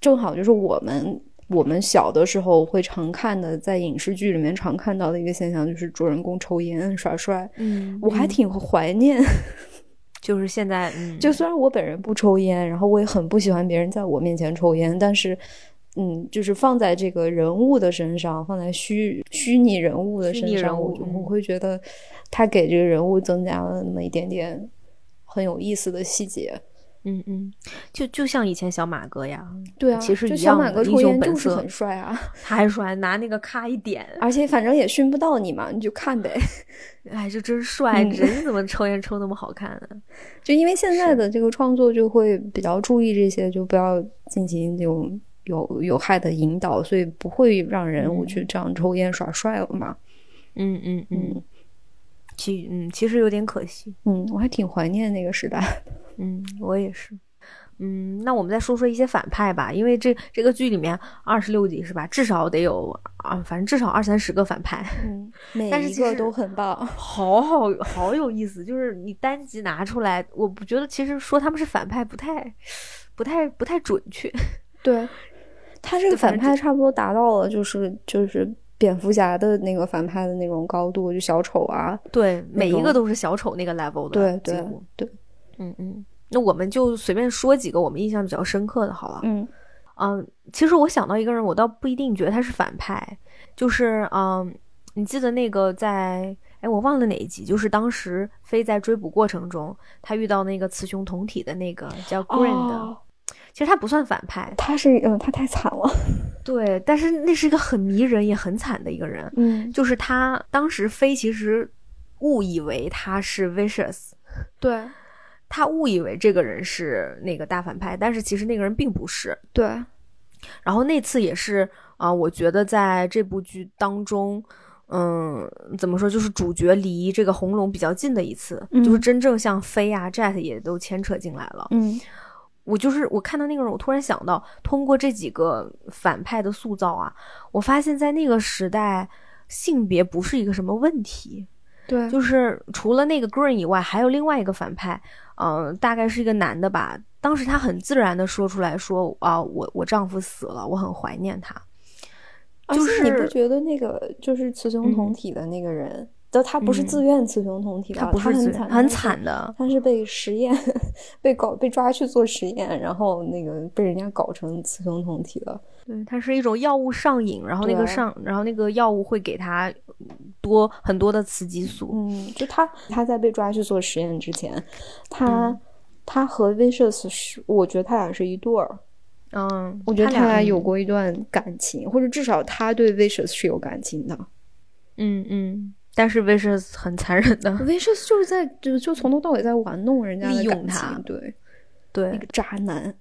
Speaker 3: 正好就是我们我们小的时候会常看的，在影视剧里面常看到的一个现象，就是主人公抽烟耍帅。
Speaker 2: 嗯
Speaker 3: 我还挺怀念，
Speaker 2: 就是现在，嗯、
Speaker 3: 就虽然我本人不抽烟，然后我也很不喜欢别人在我面前抽烟，但是。嗯，就是放在这个人物的身上，放在虚虚拟人物的
Speaker 2: 虚
Speaker 3: 身
Speaker 2: 拟人
Speaker 3: 上，我
Speaker 2: 物
Speaker 3: 就
Speaker 2: 嗯
Speaker 3: 我会觉得他给这个人物增加了那么一点点很有意思的细节。
Speaker 2: 嗯嗯，就就像以前小马哥呀，
Speaker 3: 对啊，
Speaker 2: 其实
Speaker 3: 就
Speaker 2: 一
Speaker 3: 小
Speaker 2: 样
Speaker 3: 马
Speaker 2: 的，
Speaker 3: 哥抽
Speaker 2: 英雄
Speaker 3: 烟
Speaker 2: 本
Speaker 3: 就是
Speaker 2: 色
Speaker 3: 很，帅啊，
Speaker 2: 他还说还拿那个咔一点，
Speaker 3: 而且反正也熏不到你嘛，你就看呗。
Speaker 2: 哎，这真帅！
Speaker 3: 嗯
Speaker 2: 人怎么抽烟抽那么好看啊呢？
Speaker 3: 就因为现在的这个创作就会比较注意这些，就不要进行这种有有害的引导，所以不会让人我去这样抽烟耍帅了嘛。
Speaker 2: 嗯嗯嗯
Speaker 3: 嗯，
Speaker 2: 其嗯其实有点可惜。
Speaker 3: 嗯，我还挺怀念那个时代。
Speaker 2: 嗯，我也是。嗯，那我们再说说一些反派吧，因为这这个剧里面二十六集是吧，至少得有啊，反正至少二三十个反派，
Speaker 3: 嗯，每
Speaker 2: 但是
Speaker 3: 一
Speaker 2: 其
Speaker 3: 个
Speaker 2: 实
Speaker 3: 都很棒。
Speaker 2: 好好好有意思。就是你单集拿出来，我不觉得其实说他们是反派不太不太不太准 确。
Speaker 3: 对，他这
Speaker 2: 对
Speaker 3: 个
Speaker 2: 反
Speaker 3: 反
Speaker 2: 正
Speaker 3: 派差不多达到了，就是就是蝙蝠侠的那个反派的那种高度，就小丑啊，
Speaker 2: 对，每一
Speaker 3: 种
Speaker 2: 个都是小丑那个 level 的，
Speaker 3: 对
Speaker 2: 几
Speaker 3: 对
Speaker 2: 乎
Speaker 3: 对，
Speaker 2: 嗯嗯。那我们就随便说几个我们印象比较深刻的好了。
Speaker 3: 嗯
Speaker 2: 嗯，其实我想到一个人，我倒不一定觉得他是反派，就是嗯，你记得那个在哎我忘了哪一集，就是当时飞在追捕过程中，他遇到那个雌雄同体的那个叫 Green 的，
Speaker 3: 哦
Speaker 2: 其实他不算反派，
Speaker 3: 他是嗯，他太惨了，
Speaker 2: 对，但是那是一个很迷人也很惨的一个人，
Speaker 3: 嗯，
Speaker 2: 就是他当时飞其实误以为他是 Vicious。
Speaker 3: 对
Speaker 2: 他误以为这个人是那个大反派，但是其实那个人并不是。
Speaker 3: 对，
Speaker 2: 然后那次也是啊、我觉得在这部剧当中，嗯，怎么说，就是主角离这个红龙比较近的一次，
Speaker 3: 嗯
Speaker 2: 就是真正像飞啊、Jet 也都牵扯进来了。
Speaker 3: 嗯
Speaker 2: 我就是我看到那个人，我突然想到，通过这几个反派的塑造啊，我发现在那个时代，性别不是一个什么问题。
Speaker 3: 对，
Speaker 2: 就是除了那个 Green 以外，还有另外一个反派，嗯、大概是一个男的吧。当时他很自然的说出来说啊，我我丈夫死了，我很怀念他。
Speaker 3: 而
Speaker 2: 就
Speaker 3: 啊且你不
Speaker 2: 是
Speaker 3: 觉得那个就是雌雄同体的那个人，都他不是
Speaker 2: 嗯
Speaker 3: 自愿雌雄同体的，
Speaker 2: 他不是自
Speaker 3: 很
Speaker 2: 愿
Speaker 3: 惨，
Speaker 2: 很
Speaker 3: 啊他是
Speaker 2: 惨的，
Speaker 3: 他是被实验， 被搞被抓去做实验，然后那个被人家搞成雌雄同体了。
Speaker 2: 对，他是一种药物上瘾，然后那个
Speaker 3: 对
Speaker 2: 上，然后那个药物会给他多很多的雌激素。
Speaker 3: 嗯，就他他在被抓去做实验之前，他、他和 Vicious 是，我觉得他俩是一对儿。
Speaker 2: 嗯，
Speaker 3: 我觉得
Speaker 2: 他
Speaker 3: 他
Speaker 2: 俩
Speaker 3: 俩有，过一段感情，或者至少他对 Vicious 是有感情的。
Speaker 2: 嗯嗯，但是 Vicious 很残忍的，
Speaker 3: Vicious 就是在就就从头到尾在玩弄人家的
Speaker 2: 利用
Speaker 3: 感
Speaker 2: 他
Speaker 3: 情， 对，
Speaker 2: 对
Speaker 3: 那个渣男。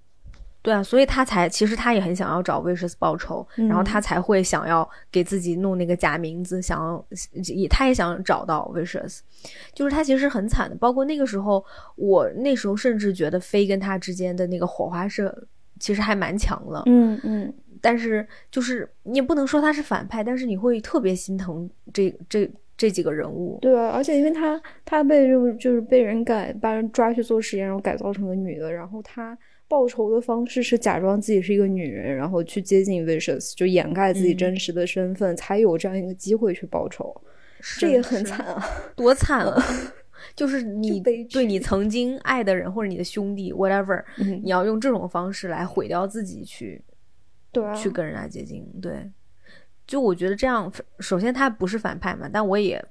Speaker 2: 对啊，所以他才其实他也很想要找 Vicious 报仇，然后
Speaker 3: 嗯
Speaker 2: 他才会想要给自己弄那个假名字，想要也他也想找到 Vicious，就是他其实很惨的。包括那个时候，我那时候甚至觉得飞跟他之间的那个火花是其实还蛮强的，
Speaker 3: 嗯嗯，
Speaker 2: 但是就是你也不能说他是反派，但是你会特别心疼这这这几个人物。
Speaker 3: 对啊，而且因为他他被就是就是被人改把人抓去做实验，然后改造成了女的，然后他报仇的方式是假装自己是一个女人，然后去接近 Vicious，就掩盖自己
Speaker 2: 嗯
Speaker 3: 真实的身份，才有这样一个机会去报仇，这
Speaker 2: 是
Speaker 3: 也很
Speaker 2: 是
Speaker 3: 惨啊。
Speaker 2: 多惨啊！ 就是你
Speaker 3: 嗯悲剧
Speaker 2: 对你曾经爱的人或者你的兄弟 whatever，、
Speaker 3: 嗯
Speaker 2: 你要用这种方式来毁掉自己去，
Speaker 3: 对啊，
Speaker 2: 去跟人家接近。对，就我觉得这样，首先他不是反派嘛，但我也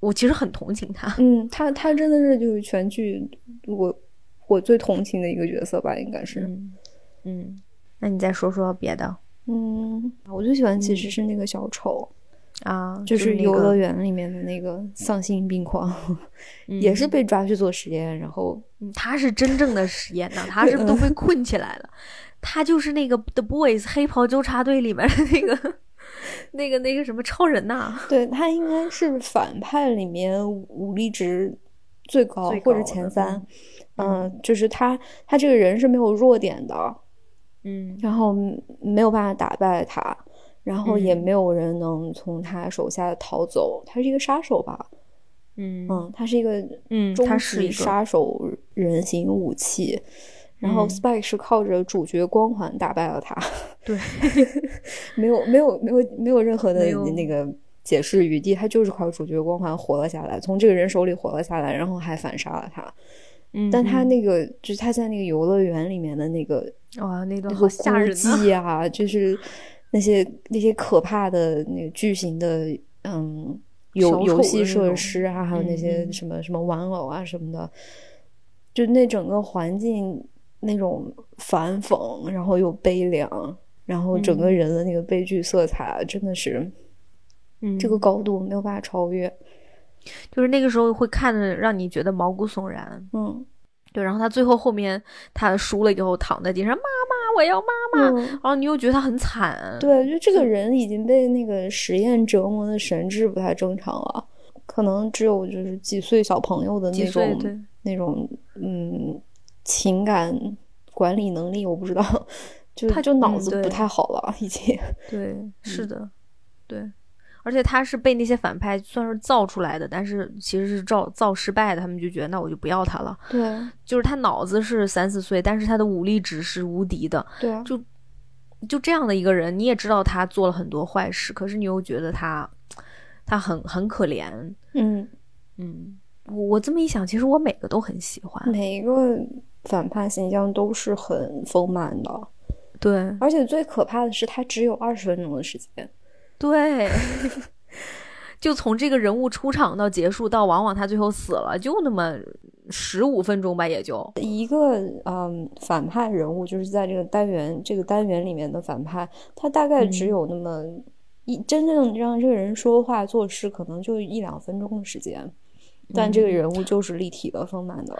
Speaker 2: 我其实很同情他。
Speaker 3: 嗯，他他真的是就是全剧我我最同情的一个角色吧，应该是。
Speaker 2: 嗯嗯，那你再说说别的
Speaker 3: 嗯，我最喜欢其实是那个小丑，
Speaker 2: 啊，
Speaker 3: 就是是
Speaker 2: 那
Speaker 3: 游
Speaker 2: 个
Speaker 3: 乐园里面的那个丧心病狂，
Speaker 2: 嗯
Speaker 3: 也是被抓去做实验，然后
Speaker 2: 嗯他是真正的实验呢，他
Speaker 3: 嗯
Speaker 2: 是都被困起来了，他就是那个 The Boys 黑袍纠察队里面的那个 那个那个什么超人呐、
Speaker 3: 对他应该是反派里面武力值最高
Speaker 2: 最
Speaker 3: 或者
Speaker 2: 高的
Speaker 3: 前三，
Speaker 2: 嗯
Speaker 3: 嗯、就是他他这个人是没有弱点的，
Speaker 2: 嗯
Speaker 3: 然后没有办法打败他，然后也没有人能从他手下逃走。他是一个杀手吧？
Speaker 2: 嗯
Speaker 3: 嗯，他是一个
Speaker 2: 嗯他
Speaker 3: 终
Speaker 2: 是
Speaker 3: 极
Speaker 2: 一个
Speaker 3: 杀手人形武器。然后
Speaker 2: 嗯
Speaker 3: Spike 是靠着主角光环打败了他，
Speaker 2: 对，
Speaker 3: 没有没有没有没有任何的
Speaker 2: 没有
Speaker 3: 那个解释余地，他就是靠主角光环活了下来，从这个人手里活了下来，然后还反杀了他。
Speaker 2: 嗯
Speaker 3: 但他
Speaker 2: 嗯
Speaker 3: 那个就是他在那个游乐园里面的那个
Speaker 2: 哇那段
Speaker 3: 那
Speaker 2: 好
Speaker 3: 个
Speaker 2: 吓人
Speaker 3: 哭
Speaker 2: 啊！
Speaker 3: 泣啊，就是那些那些可怕的那个巨型的嗯游
Speaker 2: 小丑
Speaker 3: 游
Speaker 2: 的
Speaker 3: 戏
Speaker 2: 那
Speaker 3: 设
Speaker 2: 种
Speaker 3: 施啊，还有那
Speaker 2: 嗯
Speaker 3: 些
Speaker 2: 嗯
Speaker 3: 什么、什么玩偶啊什么的，就那整个环境那种反讽，然后又悲凉，然后整个
Speaker 2: 嗯
Speaker 3: 人的那个悲剧色彩，啊真的是
Speaker 2: 嗯，
Speaker 3: 这个高度没有办法超越。
Speaker 2: 就是那个时候会看着让你觉得毛骨悚然。
Speaker 3: 嗯，
Speaker 2: 对，然后他最后后面他输了以后躺在地上，妈妈，我要妈妈。
Speaker 3: 嗯
Speaker 2: 然后你又觉得他很惨，
Speaker 3: 对，就这个人已经被那个实验折磨的神志不太正常了，可能只有就是几岁小朋友的
Speaker 2: 几
Speaker 3: 那
Speaker 2: 岁对
Speaker 3: 种那种嗯情感管理能力，我不知道，就
Speaker 2: 他
Speaker 3: 就脑
Speaker 2: 嗯
Speaker 3: 子
Speaker 2: 对
Speaker 3: 不太好了，已经。
Speaker 2: 对，
Speaker 3: 嗯
Speaker 2: 是的，对，而且他是被那些反派算是造出来的，但是其实是造造失败的，他们就觉得那我就不要他了。
Speaker 3: 对
Speaker 2: 就是他脑子是三四岁，但是他的武力值是无敌的。
Speaker 3: 对啊，
Speaker 2: 就就这样的一个人，你也知道他做了很多坏事，可是你又觉得他他很很可怜。
Speaker 3: 嗯，
Speaker 2: 嗯，我我这么一想，其实我每个都很喜欢。
Speaker 3: 每一个反派形象都是很丰满的，
Speaker 2: 对
Speaker 3: 而且最可怕的是他只有二十分钟的时间。
Speaker 2: 对。 就从这个人物出场到结束，到往往他最后死了，就那么十五分钟吧，也就
Speaker 3: 一个嗯反派人物，就是在这个单元这个单元里面的反派，他大概只
Speaker 2: 嗯
Speaker 3: 有那么一、真正让这个人说话做事，可能就一两分钟的时间，但
Speaker 2: 嗯
Speaker 3: 这个人物就是立体的、丰满的。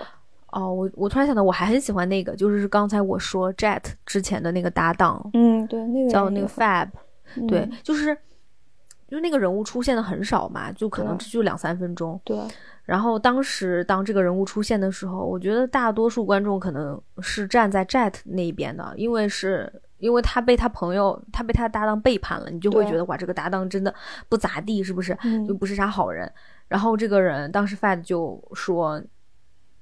Speaker 2: 哦。我我突然想到，我还很喜欢那个，就是刚才我说 Jet 之前的那个搭档，
Speaker 3: 嗯，对，那个
Speaker 2: 叫
Speaker 3: 人
Speaker 2: 那
Speaker 3: 也
Speaker 2: 个
Speaker 3: 很
Speaker 2: Fab，对
Speaker 3: 嗯，
Speaker 2: 就是就那个人物出现的很少嘛，就可能
Speaker 3: 对啊
Speaker 2: 就两三分钟。
Speaker 3: 对，
Speaker 2: 然后当时当这个人物出现的时候，我觉得大多数观众可能是站在 Jet 那一边的，因为是因为他被他朋友，他被他搭档背叛了，你就会
Speaker 3: 对
Speaker 2: 觉得哇，这个搭档真的不咋地，是不是？
Speaker 3: 嗯
Speaker 2: 就不是啥好人。然后这个人当时 Fat 就说。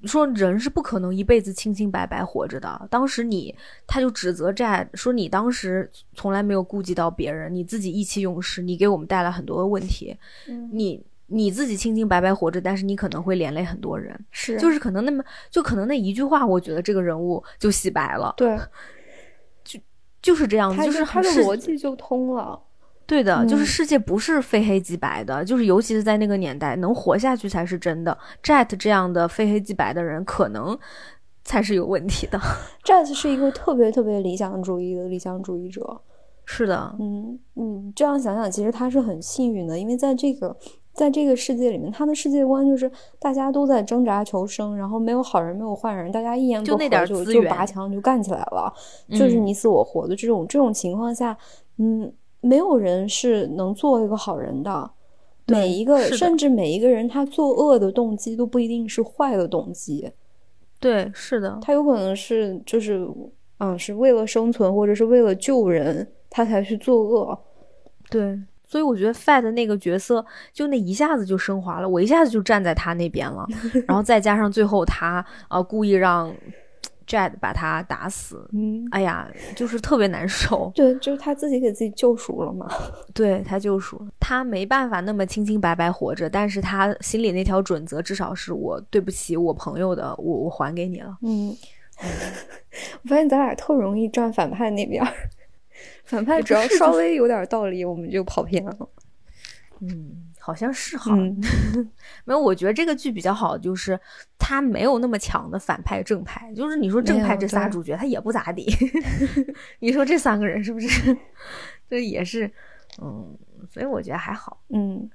Speaker 2: 说人是不可能一辈子清清白白活着的。当时你，他就指责 Jet 说你当时从来没有顾及到别人，你自己意气用事，你给我们带来很多的问题。
Speaker 3: 嗯
Speaker 2: 你你自己清清白白活着，但是你可能会连累很多人，
Speaker 3: 是
Speaker 2: 就是可能那么就可能那一句话，我觉得这个人物就洗白了，
Speaker 3: 对，
Speaker 2: 就是这样子，
Speaker 3: 他
Speaker 2: 就是
Speaker 3: 嗯他
Speaker 2: 很
Speaker 3: 的
Speaker 2: 世
Speaker 3: 逻辑就通了。
Speaker 2: 对的，就是
Speaker 3: 嗯
Speaker 2: 世界不是非黑即白的，就是尤其是在那个年代，能活下去才是真的。Jet 这样的非黑即白的人，可能才是有问题的。
Speaker 3: Jazz 是一个特别特别理想主义的理想主义者，
Speaker 2: 是的，
Speaker 3: 嗯，你这样想想，其实他是很幸运的，因为在这个在这个世界里面，他的世界观就是大家都在挣扎求生，然后没有好人，没有坏人，大家一言
Speaker 2: 就
Speaker 3: 不
Speaker 2: 那
Speaker 3: 合
Speaker 2: 点儿
Speaker 3: 就
Speaker 2: 资
Speaker 3: 就
Speaker 2: 源
Speaker 3: 拔枪就干起来了， 就是
Speaker 2: 嗯
Speaker 3: 你死我活的这种这种情况下，嗯，没有人是能做一个好人的。
Speaker 2: 对
Speaker 3: 每一个，
Speaker 2: 是的
Speaker 3: 甚至每一个人，他作恶的动机都不一定是坏的动机。
Speaker 2: 对，是的，
Speaker 3: 他有可能是就是，嗯，是为了生存或者是为了救人，他才去作恶。
Speaker 2: 对。所以我觉得 Fat 那个角色就那一下子就升华了，我一下子就站在他那边 了，然后再加上最后他呃故意让 Jet 把他打死，
Speaker 3: 嗯，
Speaker 2: 哎呀，就是特别难受。
Speaker 3: 对，就是他自己给自己救赎了嘛。
Speaker 2: 对他就说他没办法那么清清白白活着，但是他心里那条准则至少是我对不起我朋友的，我我还给你了。
Speaker 3: 嗯，我发现咱俩特容易站反派那边儿，反派只要
Speaker 2: 也不是
Speaker 3: 稍微有点道理，我们就跑偏了。
Speaker 2: 嗯，好像是哈，
Speaker 3: 嗯，
Speaker 2: 没有，我觉得这个剧比较好，就是他没有那么强的反派正派，就是你说正
Speaker 3: 没
Speaker 2: 派
Speaker 3: 有
Speaker 2: 这仨
Speaker 3: 对
Speaker 2: 主角他也不咋地， 你说这三个人是不是？ 这也是，嗯，所以我觉得还好。
Speaker 3: 嗯，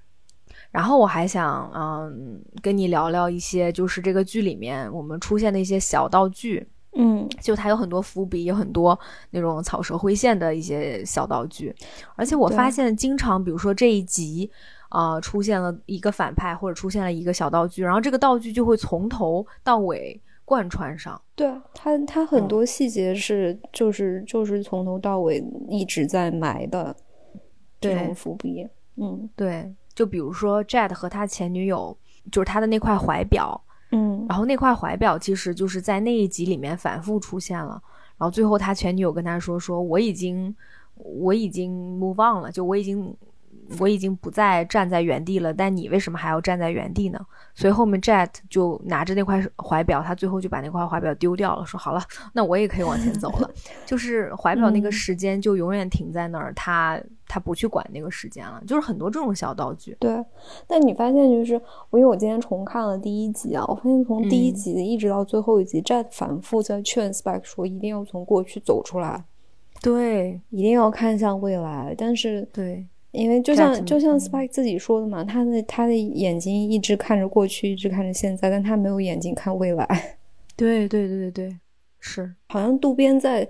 Speaker 2: 然后我还想，嗯，跟你聊聊一些，就是这个剧里面我们出现的一些小道具，
Speaker 3: 嗯，
Speaker 2: 就它有很多伏笔，有很多那种草蛇灰线的一些小道具，而且我
Speaker 3: 对
Speaker 2: 发现经常，比如说这一集，啊，出现了一个反派或者出现了一个小道具，然后这个道具就会从头到尾贯穿上。
Speaker 3: 对啊，他他
Speaker 2: 嗯
Speaker 3: 很多细节是就是就是从头到尾一直在埋的。这
Speaker 2: 对
Speaker 3: 种伏笔。嗯
Speaker 2: 对，就比如说 Jet 和他前女友，就是他的那块怀表，
Speaker 3: 嗯
Speaker 2: 然后那块怀表其实就是在那一集里面反复出现了，然后最后他前女友跟他说：“说我已经，我已经 move on 了，就我已经，我已经不再站在原地了，但你为什么还要站在原地呢？”所以后面 Jet 就拿着那块怀表，他最后就把那块怀表丢掉了，说：“好了，那我也可以往前走 了。”就是怀表那个
Speaker 3: 嗯
Speaker 2: 时间就永远停在那儿，他他不去管那个时间了，就是很多这种小道具。
Speaker 3: 对，但你发现就是，我因为我今天重看了第一集啊，我发现从第一
Speaker 2: 嗯
Speaker 3: 集一直到最后一集，战反复在劝 Spike 说一定要从过去走出来，
Speaker 2: 对
Speaker 3: 一定要看向未来。但是，
Speaker 2: 对
Speaker 3: 因为就
Speaker 2: Jack
Speaker 3: 像就像
Speaker 2: 嗯
Speaker 3: Spike 自己说的嘛，他的他的眼睛一直看着过去，一直看着现在，但他没有眼睛看未来。
Speaker 2: 对对对对对，是
Speaker 3: 好像渡边在，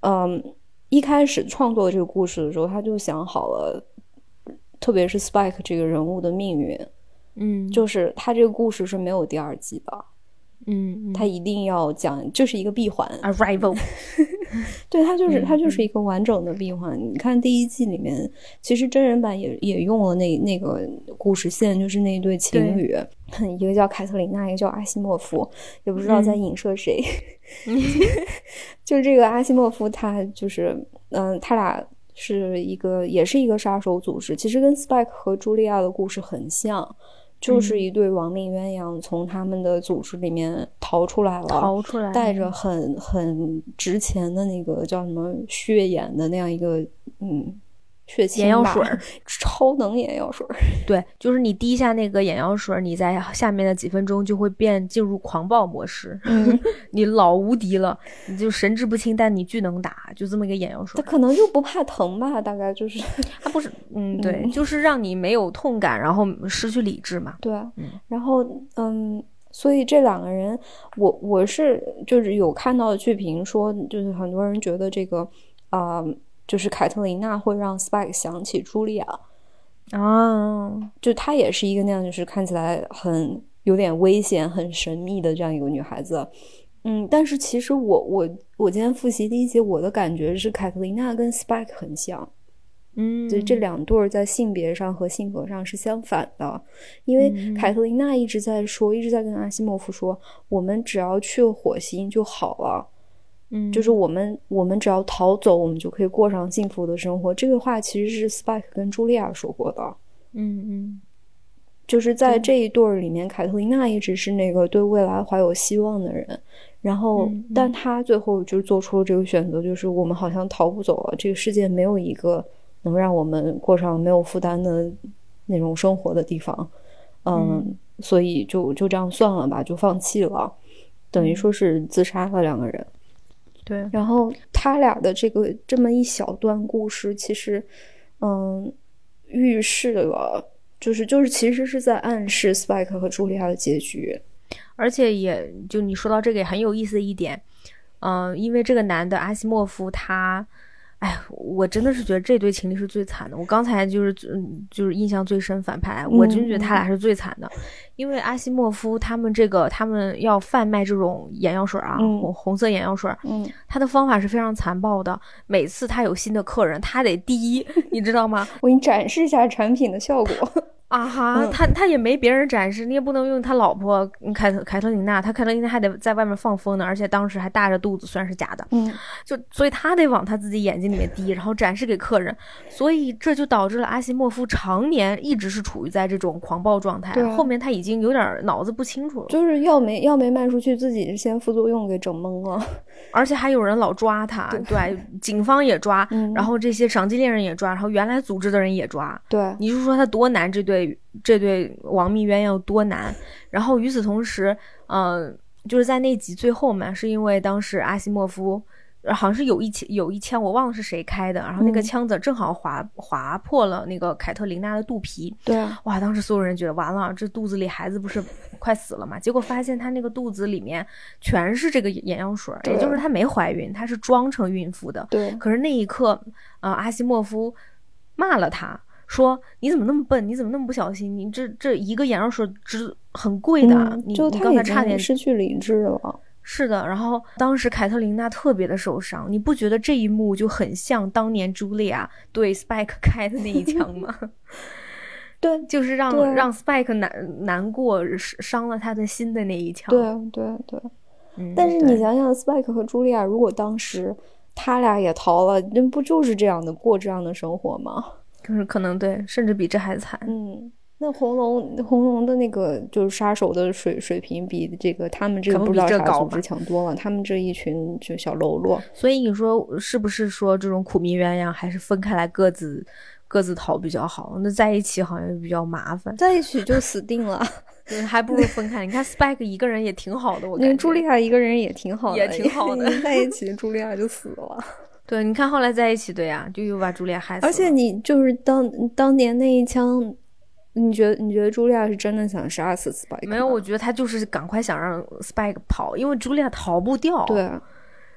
Speaker 3: 嗯，一开始创作这个故事的时候，他就想好了，特别是 Spike 这个人物的命运，
Speaker 2: 嗯，
Speaker 3: 就是他这个故事是没有第二季的，
Speaker 2: 嗯，
Speaker 3: 他一定要讲，这是一个闭环，
Speaker 2: arrival，
Speaker 3: 对，它就是
Speaker 2: 嗯
Speaker 3: 它就是一个完整的闭环。你看第一季里面，其实真人版也也用了那那个故事线，就是那一对情侣，一个叫凯特琳娜，一个叫阿西莫夫，也不知道在
Speaker 2: 嗯
Speaker 3: 影 射谁。 就是这个阿西莫夫，他就是嗯，他俩是一个也是一个杀手组织，其实跟 Spike 和茱莉亚的故事很像。
Speaker 2: 嗯
Speaker 3: 就是一对亡命鸳鸯从他们的组织里面逃出来了，
Speaker 2: 逃出来，嗯
Speaker 3: 带着很很值钱的那个叫什么血眼的那样一个嗯血清
Speaker 2: 眼药
Speaker 3: 吧
Speaker 2: 水儿，
Speaker 3: 超能眼药水儿。
Speaker 2: 对，就是你滴一下那个眼药水儿，你在下面的几分钟就会变进入狂暴模式， 你老无敌了，你就神志不清，但你巨能打，就这么一个眼药水儿。
Speaker 3: 他可能就不怕疼吧，大概就是
Speaker 2: 它不是，嗯，对，
Speaker 3: 嗯
Speaker 2: 就是让你没有痛感，然后失去理智嘛。
Speaker 3: 对啊
Speaker 2: 嗯。
Speaker 3: 然后嗯，所以这两个人，我我是就是有看到剧评说，就是很多人觉得这个啊、就是凯特琳娜会让 Spike 想起茱莉亚，
Speaker 2: 啊，
Speaker 3: 就她也是一个那样，就是看起来很有点危险、很神秘的这样一个女孩子。嗯，但是其实我我我今天复习第一集，我的感觉是凯特琳娜跟 Spike 很像，
Speaker 2: 嗯，
Speaker 3: 就这两对儿在性别上和性格上是相反的。因为
Speaker 2: 嗯
Speaker 3: 凯特琳娜一直在说，一直在跟阿西莫夫说，我们只要去火星就好了，
Speaker 2: 嗯，
Speaker 3: 就是我们我们只要逃走，我们就可以过上幸福的生活。这个话其实是 Spike 跟茱莉亚说过的。
Speaker 2: 嗯嗯
Speaker 3: 就是在这一对儿里面，凯特琳娜一直是那个对未来怀有希望的人，然后，
Speaker 2: 嗯嗯
Speaker 3: 但她最后就做出了这个选择，就是我们好像逃不走了，这个世界没有一个能让我们过上没有负担的那种生活的地方，嗯，
Speaker 2: 嗯
Speaker 3: 所以就就这样算了吧，就放弃了，等于说是自杀了两个人。
Speaker 2: 对，
Speaker 3: 然后他俩的这个这么一小段故事，其实，嗯，预示了，就是就是其实是在暗示 Spike 和茱莉亚的结局。
Speaker 2: 而且也就你说到这个也很有意思的一点，嗯、因为这个男的阿西莫夫他，哎，我真的是觉得这对情侣是最惨的。我刚才就是嗯，就是印象最深反派，我真觉得他俩是最惨的，因为阿西莫夫他们这个他们要贩卖这种眼药水啊，
Speaker 3: 嗯
Speaker 2: 红红色眼药水，
Speaker 3: 嗯，
Speaker 2: 他的方法是非常残暴的。每次他有新的客人，他得第一，你知道吗？
Speaker 3: 我给你展示一下产品的效果。
Speaker 2: 啊哈，
Speaker 3: 嗯
Speaker 2: 他他也没别人展示，你也不能用他老婆嗯凯特凯特琳娜，他凯特琳娜还得在外面放风呢，而且当时还大着肚子，虽然是假的，
Speaker 3: 嗯，
Speaker 2: 就所以他得往他自己眼睛里面滴，然后展示给客人，所以这就导致了阿西莫夫常年一直是处于在这种狂暴状态
Speaker 3: 对，啊
Speaker 2: 后面他已经有点脑子不清楚了，
Speaker 3: 就是药没药没卖出去，自己先副作用给整懵了。
Speaker 2: 而且还有人老抓他，对警方也抓，
Speaker 3: 嗯
Speaker 2: 然后这些赏金猎人也抓，然后原来组织的人也抓，
Speaker 3: 对，
Speaker 2: 你就说他多难，这对这对亡命鸳鸯有多难。然后与此同时，嗯、就是在那集最后嘛，是因为当时阿西莫夫呃好像是有一枪，有一枪我忘了是谁开的，然后那个
Speaker 3: 嗯
Speaker 2: 枪子正好划划破了那个凯特琳娜的肚皮。
Speaker 3: 对，
Speaker 2: 哇！当时所有人觉得完了，这肚子里孩子不是快死了嘛？结果发现她那个肚子里面全是这个眼药水儿，也
Speaker 3: 对
Speaker 2: 就是她没怀孕，她是装成孕妇的。
Speaker 3: 对，
Speaker 2: 可是那一刻，呃，阿西莫夫骂了他，说：“你怎么那么笨？你怎么那么不小心？你这这一个眼药水值很贵的，
Speaker 3: 嗯
Speaker 2: 你
Speaker 3: 就
Speaker 2: 你
Speaker 3: 他
Speaker 2: 刚
Speaker 3: 已
Speaker 2: 才差
Speaker 3: 经
Speaker 2: 点
Speaker 3: 失去理智了。
Speaker 2: 是的，然后当时凯特琳娜特别的受伤，你不觉得这一幕就很像当年茱莉亚对 Spike 开的那一枪 吗？
Speaker 3: 对
Speaker 2: 就是让
Speaker 3: 对
Speaker 2: 让 Spike 难难过，伤了他的心的那一枪。
Speaker 3: 对对对。
Speaker 2: 嗯，
Speaker 3: 但是你
Speaker 2: 对
Speaker 3: 想想，Spike 和茱莉亚如果当时他俩也逃了，那不就是这样的过这样的生活吗？
Speaker 2: 就是可能对，甚至比这还惨。
Speaker 3: 嗯， 那红龙红龙的那个就是杀手的水水平比这个他们这个
Speaker 2: 可不
Speaker 3: 不知
Speaker 2: 比
Speaker 3: 道
Speaker 2: 这
Speaker 3: 啥
Speaker 2: 高
Speaker 3: 组
Speaker 2: 吧
Speaker 3: 织强多了，他们这一群就小喽 啰。
Speaker 2: 所以你说是不是说这种苦命鸳鸯还是分开来各自各自逃比较好？那在一起好像也比较麻烦，
Speaker 3: 在一起就死定了。
Speaker 2: 就是还不如分开。你看 Spike 一个人也挺好的，我
Speaker 3: 那
Speaker 2: 感觉。
Speaker 3: 茱莉亚一个人也挺好 的，
Speaker 2: 也挺好的
Speaker 3: 在一起茱莉亚就 死了。
Speaker 2: 对，你看后来在一起，对呀、就又把茱莉亚害死了。
Speaker 3: 而且你就是当当年那一枪，你觉得你觉得茱莉亚是真的想杀死 Spike？
Speaker 2: 没有，我
Speaker 3: 吗
Speaker 2: 觉得他就是赶快想让 Spike 跑，因为茱莉亚逃不掉。
Speaker 3: 对，啊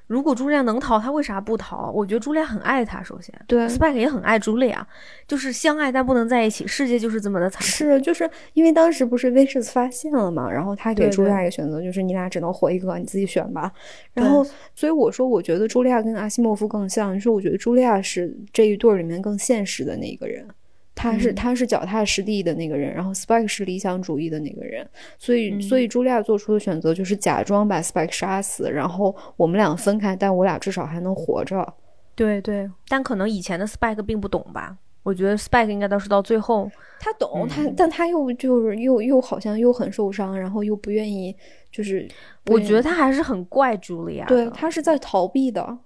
Speaker 2: 如果茱莉亚能逃，他为啥不逃？我觉得茱莉亚很爱他，首先
Speaker 3: 对啊
Speaker 2: ，Spike 也很爱茱莉亚，就是相爱但不能在一起，世界就是这么的残酷。
Speaker 3: 是，就是因为当时不是威士发现了嘛，然后他给
Speaker 2: 对
Speaker 3: 茱莉
Speaker 2: 对
Speaker 3: 亚一个选择，就是你俩只能活一个，你自己选吧。然
Speaker 2: 对
Speaker 3: 后，所以我说，我觉得茱莉亚跟阿西莫夫更像，就是我觉得茱莉亚是这一对儿里面更现实的那一个人，他是、
Speaker 2: 嗯
Speaker 3: 他是脚踏实地的那个人，然后 Spike 是理想主义的那个人，所以、所
Speaker 2: 嗯
Speaker 3: 以茱莉亚做出的选择就是假装把 Spike 杀死，然后我们俩分开，但我俩至少还能活着。
Speaker 2: 对对，但可能以前的 Spike 并不懂吧。我觉得 Spike 应该倒是到最后，
Speaker 3: 他懂、他，
Speaker 2: 嗯
Speaker 3: 但他又就是又又好像又很受伤，然后又不愿意，就是不
Speaker 2: 我
Speaker 3: 愿
Speaker 2: 觉得
Speaker 3: 意
Speaker 2: 他还是很怪茱莉亚的。
Speaker 3: 对他是在逃避的，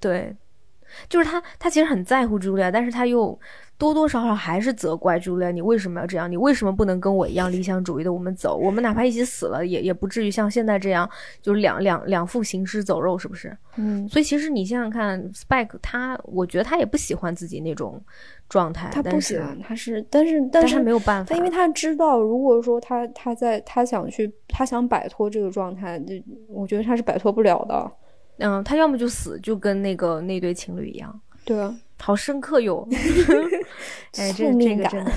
Speaker 2: 对，就是他，他其实很在乎茱莉亚，但是他又多多少少还是责怪茱莉亚，你为什么要这样？你为什么不能跟我一样理想主义的我们走？我们哪怕一起死了，也也不至于像现在这样，就是两两两副行尸走肉，是不是？
Speaker 3: 嗯，
Speaker 2: 所以其实你想想看，Spike 他，我觉得他也不喜欢自己那种状态，
Speaker 3: 他不
Speaker 2: 但
Speaker 3: 喜
Speaker 2: 是
Speaker 3: 欢，，他是，但是
Speaker 2: 但
Speaker 3: 但是
Speaker 2: 他没有办法，
Speaker 3: 他因为他知道，如果说他他在他想去他想摆脱这个状态，就我觉得他是摆脱不了的。
Speaker 2: 嗯，他要么就死，就跟那个那对情侣一样。
Speaker 3: 对啊，
Speaker 2: 好深刻 哟！哎，这
Speaker 3: 宿
Speaker 2: 这
Speaker 3: 命
Speaker 2: 个
Speaker 3: 感
Speaker 2: 真的好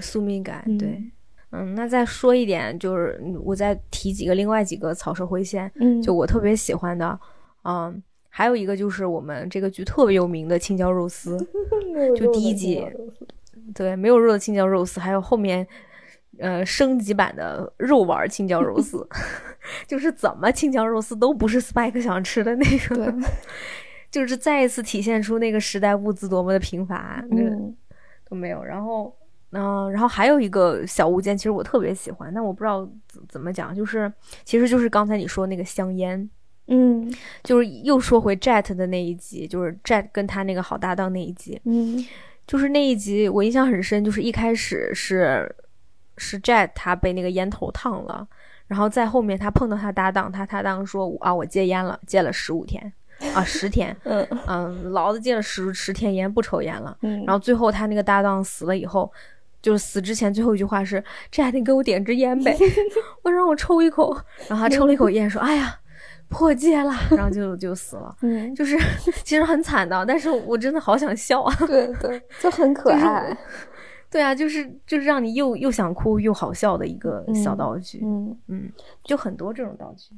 Speaker 2: 宿命感，
Speaker 3: 嗯
Speaker 2: 哎对，嗯，那再说一点，就是嗯我再提几个另外几个草蛇灰线，
Speaker 3: 嗯，
Speaker 2: 就我特别喜欢的，嗯，还有一个就是我们这个剧特别有名的青椒肉丝，
Speaker 3: 嗯
Speaker 2: 就第一集对，没有肉的青椒肉丝，还有后面。呃，升级版的肉丸青椒肉丝， 就是怎么青椒肉丝都不是 Spike 想吃的那个，
Speaker 3: 对，
Speaker 2: 就是再一次体现出那个时代物资多么的贫乏。嗯，
Speaker 3: 嗯，
Speaker 2: 都没有。然后，嗯、然后还有一个小物件，其实我特别喜欢，但我不知道怎怎么讲，就是其实就是刚才你说那个香烟，
Speaker 3: 嗯
Speaker 2: 就是又说回 Jet 的那一集，就是 Jet 跟他那个好搭档那一集，
Speaker 3: 嗯
Speaker 2: 就是那一集我印象很深，就是一开始是是 Jet 他被那个烟头烫了。然后在后面，他碰到他搭档，他搭档说啊，我戒烟了，戒了十五天，啊，十天，
Speaker 3: 嗯
Speaker 2: 嗯，老子戒了十十天烟，不抽烟了。
Speaker 3: 嗯，
Speaker 2: 然后最后他那个搭档死了以后，就是死之前最后一句话是：“这还得给我点支烟 呗，我让我抽一口。”然后他抽了一口烟，说：“哎呀，破戒了。”然后就就死了，
Speaker 3: 嗯，
Speaker 2: 就是 其实很惨的，但是我真的好想笑啊！
Speaker 3: 对对，就很可
Speaker 2: 就是
Speaker 3: 爱。
Speaker 2: 对啊，就是就是让你又又想哭又好笑的一个小
Speaker 3: 嗯
Speaker 2: 道具，
Speaker 3: 嗯，
Speaker 2: 嗯就很多这种道具。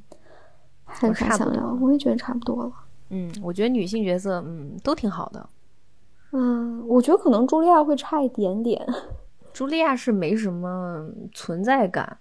Speaker 3: 还有啥
Speaker 2: 差不
Speaker 3: 想
Speaker 2: 多
Speaker 3: 聊
Speaker 2: 了？
Speaker 3: 我也觉得差不多了。
Speaker 2: 嗯，我觉得女性角色，嗯，都挺好的。
Speaker 3: 嗯，我觉得可能茱莉亚会差一点点，
Speaker 2: 茱莉亚是没什么存在感，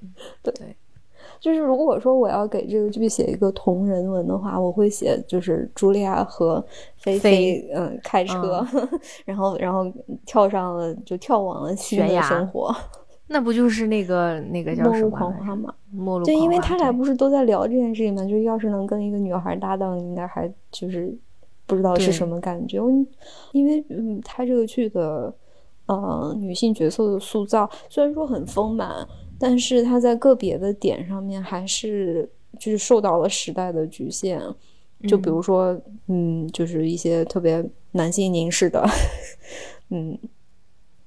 Speaker 3: 就是如果说我要给这个剧写一个同人文的话，我会写就是茱莉亚和菲菲
Speaker 2: 菲
Speaker 3: 嗯开车， 然后然后跳上了就跳往了新
Speaker 2: 悬
Speaker 3: 的
Speaker 2: 崖
Speaker 3: 生活，
Speaker 2: 那不就是那个那个叫
Speaker 3: 末
Speaker 2: 什
Speaker 3: 路
Speaker 2: 么
Speaker 3: 狂
Speaker 2: 来着
Speaker 3: 花嘛。
Speaker 2: 末路啊
Speaker 3: 就因为
Speaker 2: 狂花
Speaker 3: 他俩
Speaker 2: 对
Speaker 3: 不是都在聊这件事情嘛，就是要是能跟一个女孩搭档，应该还就是不知道
Speaker 2: 对
Speaker 3: 是什么感觉。我因为嗯，他这个剧的呃女性角色的塑造虽然说很丰满，但是他在个别的点上面还是就是受到了时代的局限。就比如说，嗯，就是一些特别男性凝视的，嗯，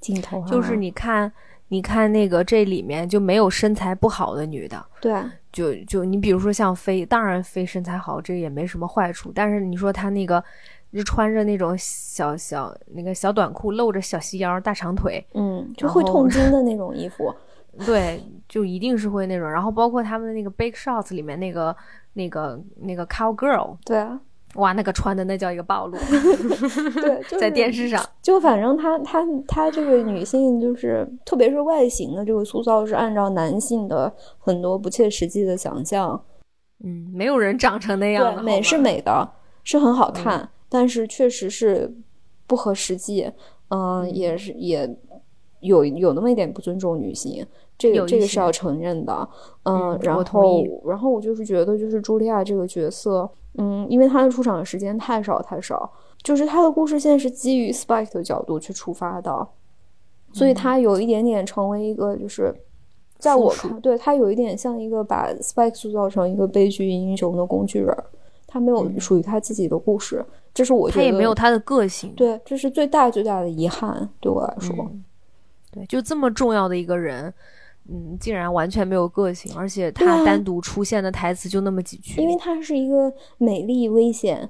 Speaker 3: 镜头啊、
Speaker 2: 就是你看，你看那个这里面就没有身材不好的女的，
Speaker 3: 对啊，
Speaker 2: 就就你比如说像飞，当然飞身材好，这也没什么坏处，但是你说她那个就穿着那种小小那个小短裤，露着小细腰、大长腿，
Speaker 3: 嗯，就
Speaker 2: 然
Speaker 3: 会
Speaker 2: 后
Speaker 3: 痛经的那种衣服。
Speaker 2: 对，就一定是会那种。然后包括他们的那个 Big Shots 里面那个那个那个 cowgirl，
Speaker 3: 对啊，
Speaker 2: 哇，那个穿的那叫一个暴露，
Speaker 3: 对，就是
Speaker 2: 在电视上，
Speaker 3: 就反正她她她这个女性就是，特别是外形的这个塑造是按照男性的很多不切实际的想象，
Speaker 2: 嗯，没有人长成那样的，
Speaker 3: 对，
Speaker 2: 好
Speaker 3: 美
Speaker 2: 吗嗯
Speaker 3: 是，美的，是很好看，但是确实是不合实际，嗯，也是也有有那么一点不尊重女性，这
Speaker 2: 有
Speaker 3: 个
Speaker 2: 一
Speaker 3: 这个是
Speaker 2: 些
Speaker 3: 要承认的，
Speaker 2: 嗯
Speaker 3: 嗯，
Speaker 2: 我
Speaker 3: 然
Speaker 2: 同
Speaker 3: 后
Speaker 2: 意
Speaker 3: 然后我就是觉得就是茱莉亚这个角色，嗯，因为她的出场时间太少太少，就是她的故事线是基于 Spike 的角度去出发的，所以她有一点点成为一个就是。在我
Speaker 2: 嗯附属
Speaker 3: 看，对她有一点像一个把 Spike 塑造成一个悲剧英雄的工具人儿，他没有属于他自己的故事，这是我觉
Speaker 2: 嗯他
Speaker 3: 得
Speaker 2: 也没有他的个性，
Speaker 3: 对，这是最大最大的遗憾对我来说。
Speaker 2: 嗯对，就这么重要的一个人，嗯，竟然完全没有个性，而且
Speaker 3: 对
Speaker 2: 他
Speaker 3: 啊嗯
Speaker 2: 单独出现的台词就那么几句，
Speaker 3: 因为她是一个美丽、危险，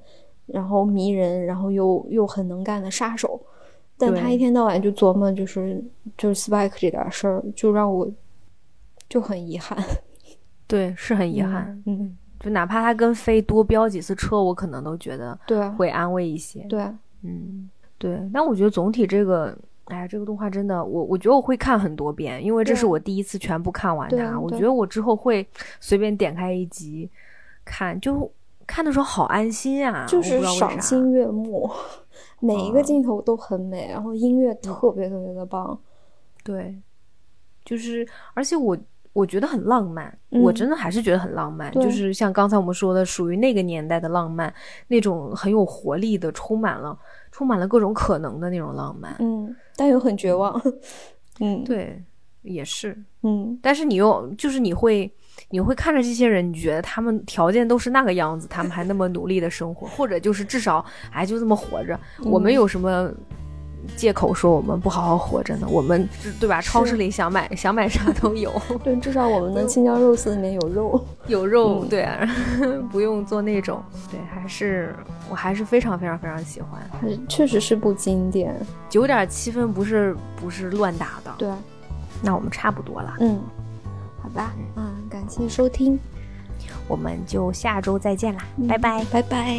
Speaker 3: 然后迷人，然后又又很能干的杀手，但
Speaker 2: 对
Speaker 3: 她一天到晚就琢磨就是就是 Spike 这点事儿，就让我就很遗憾，
Speaker 2: 对是很遗憾，
Speaker 3: 嗯。嗯，
Speaker 2: 就哪怕他跟飞多飙几次车，我可能都觉得
Speaker 3: 对啊，
Speaker 2: 会安慰一些，
Speaker 3: 对啊，
Speaker 2: 嗯，对，但我觉得总体这个。哎呀，这个动画真的，我我觉得我会看很多遍，因为这
Speaker 3: 对
Speaker 2: 是我第一次全部看完
Speaker 3: 对
Speaker 2: 它。
Speaker 3: 啊
Speaker 2: 我
Speaker 3: 对
Speaker 2: 觉得我之后会随便点开一集看，就看的时候好安心啊，
Speaker 3: 就
Speaker 2: 我不
Speaker 3: 是
Speaker 2: 知道为
Speaker 3: 赏
Speaker 2: 啥
Speaker 3: 心 悦目，每一
Speaker 2: 啊
Speaker 3: 个镜头都很美，然后音乐特别特别的棒，
Speaker 2: 对，就是，而且我我觉得很浪漫，我
Speaker 3: 嗯
Speaker 2: 真的还是觉得很浪漫，就
Speaker 3: 对
Speaker 2: 是像刚才我们说的，属于那个年代的浪漫，那种很有活力的，充满了充满了各种可能的那种浪漫。
Speaker 3: 嗯，但又很绝望， 嗯，，
Speaker 2: 对，也是，
Speaker 3: 嗯，
Speaker 2: 但是你又就是你会。你会看着这些人，你觉得他们条件都是那个样子，他们还那么努力的生活，或者就是至少哎就这么活着。我们
Speaker 3: 嗯
Speaker 2: 有什么借口说我们不好好活着呢？我们对吧？超市
Speaker 3: 是
Speaker 2: 里想买想买啥都有。
Speaker 3: 对，至少我们的青椒肉丝里面有肉，
Speaker 2: 有肉，
Speaker 3: 嗯
Speaker 2: 对、啊， 不用做那种，对，还是我还是非常非常非常喜欢。
Speaker 3: 还是确实是部经典，
Speaker 2: 九点七分不是不是乱打的，
Speaker 3: 对啊，
Speaker 2: 那我们差不多了，
Speaker 3: 嗯，好吧，嗯，感谢收听，
Speaker 2: 嗯我们就下周再见啦，拜拜。
Speaker 3: 拜拜。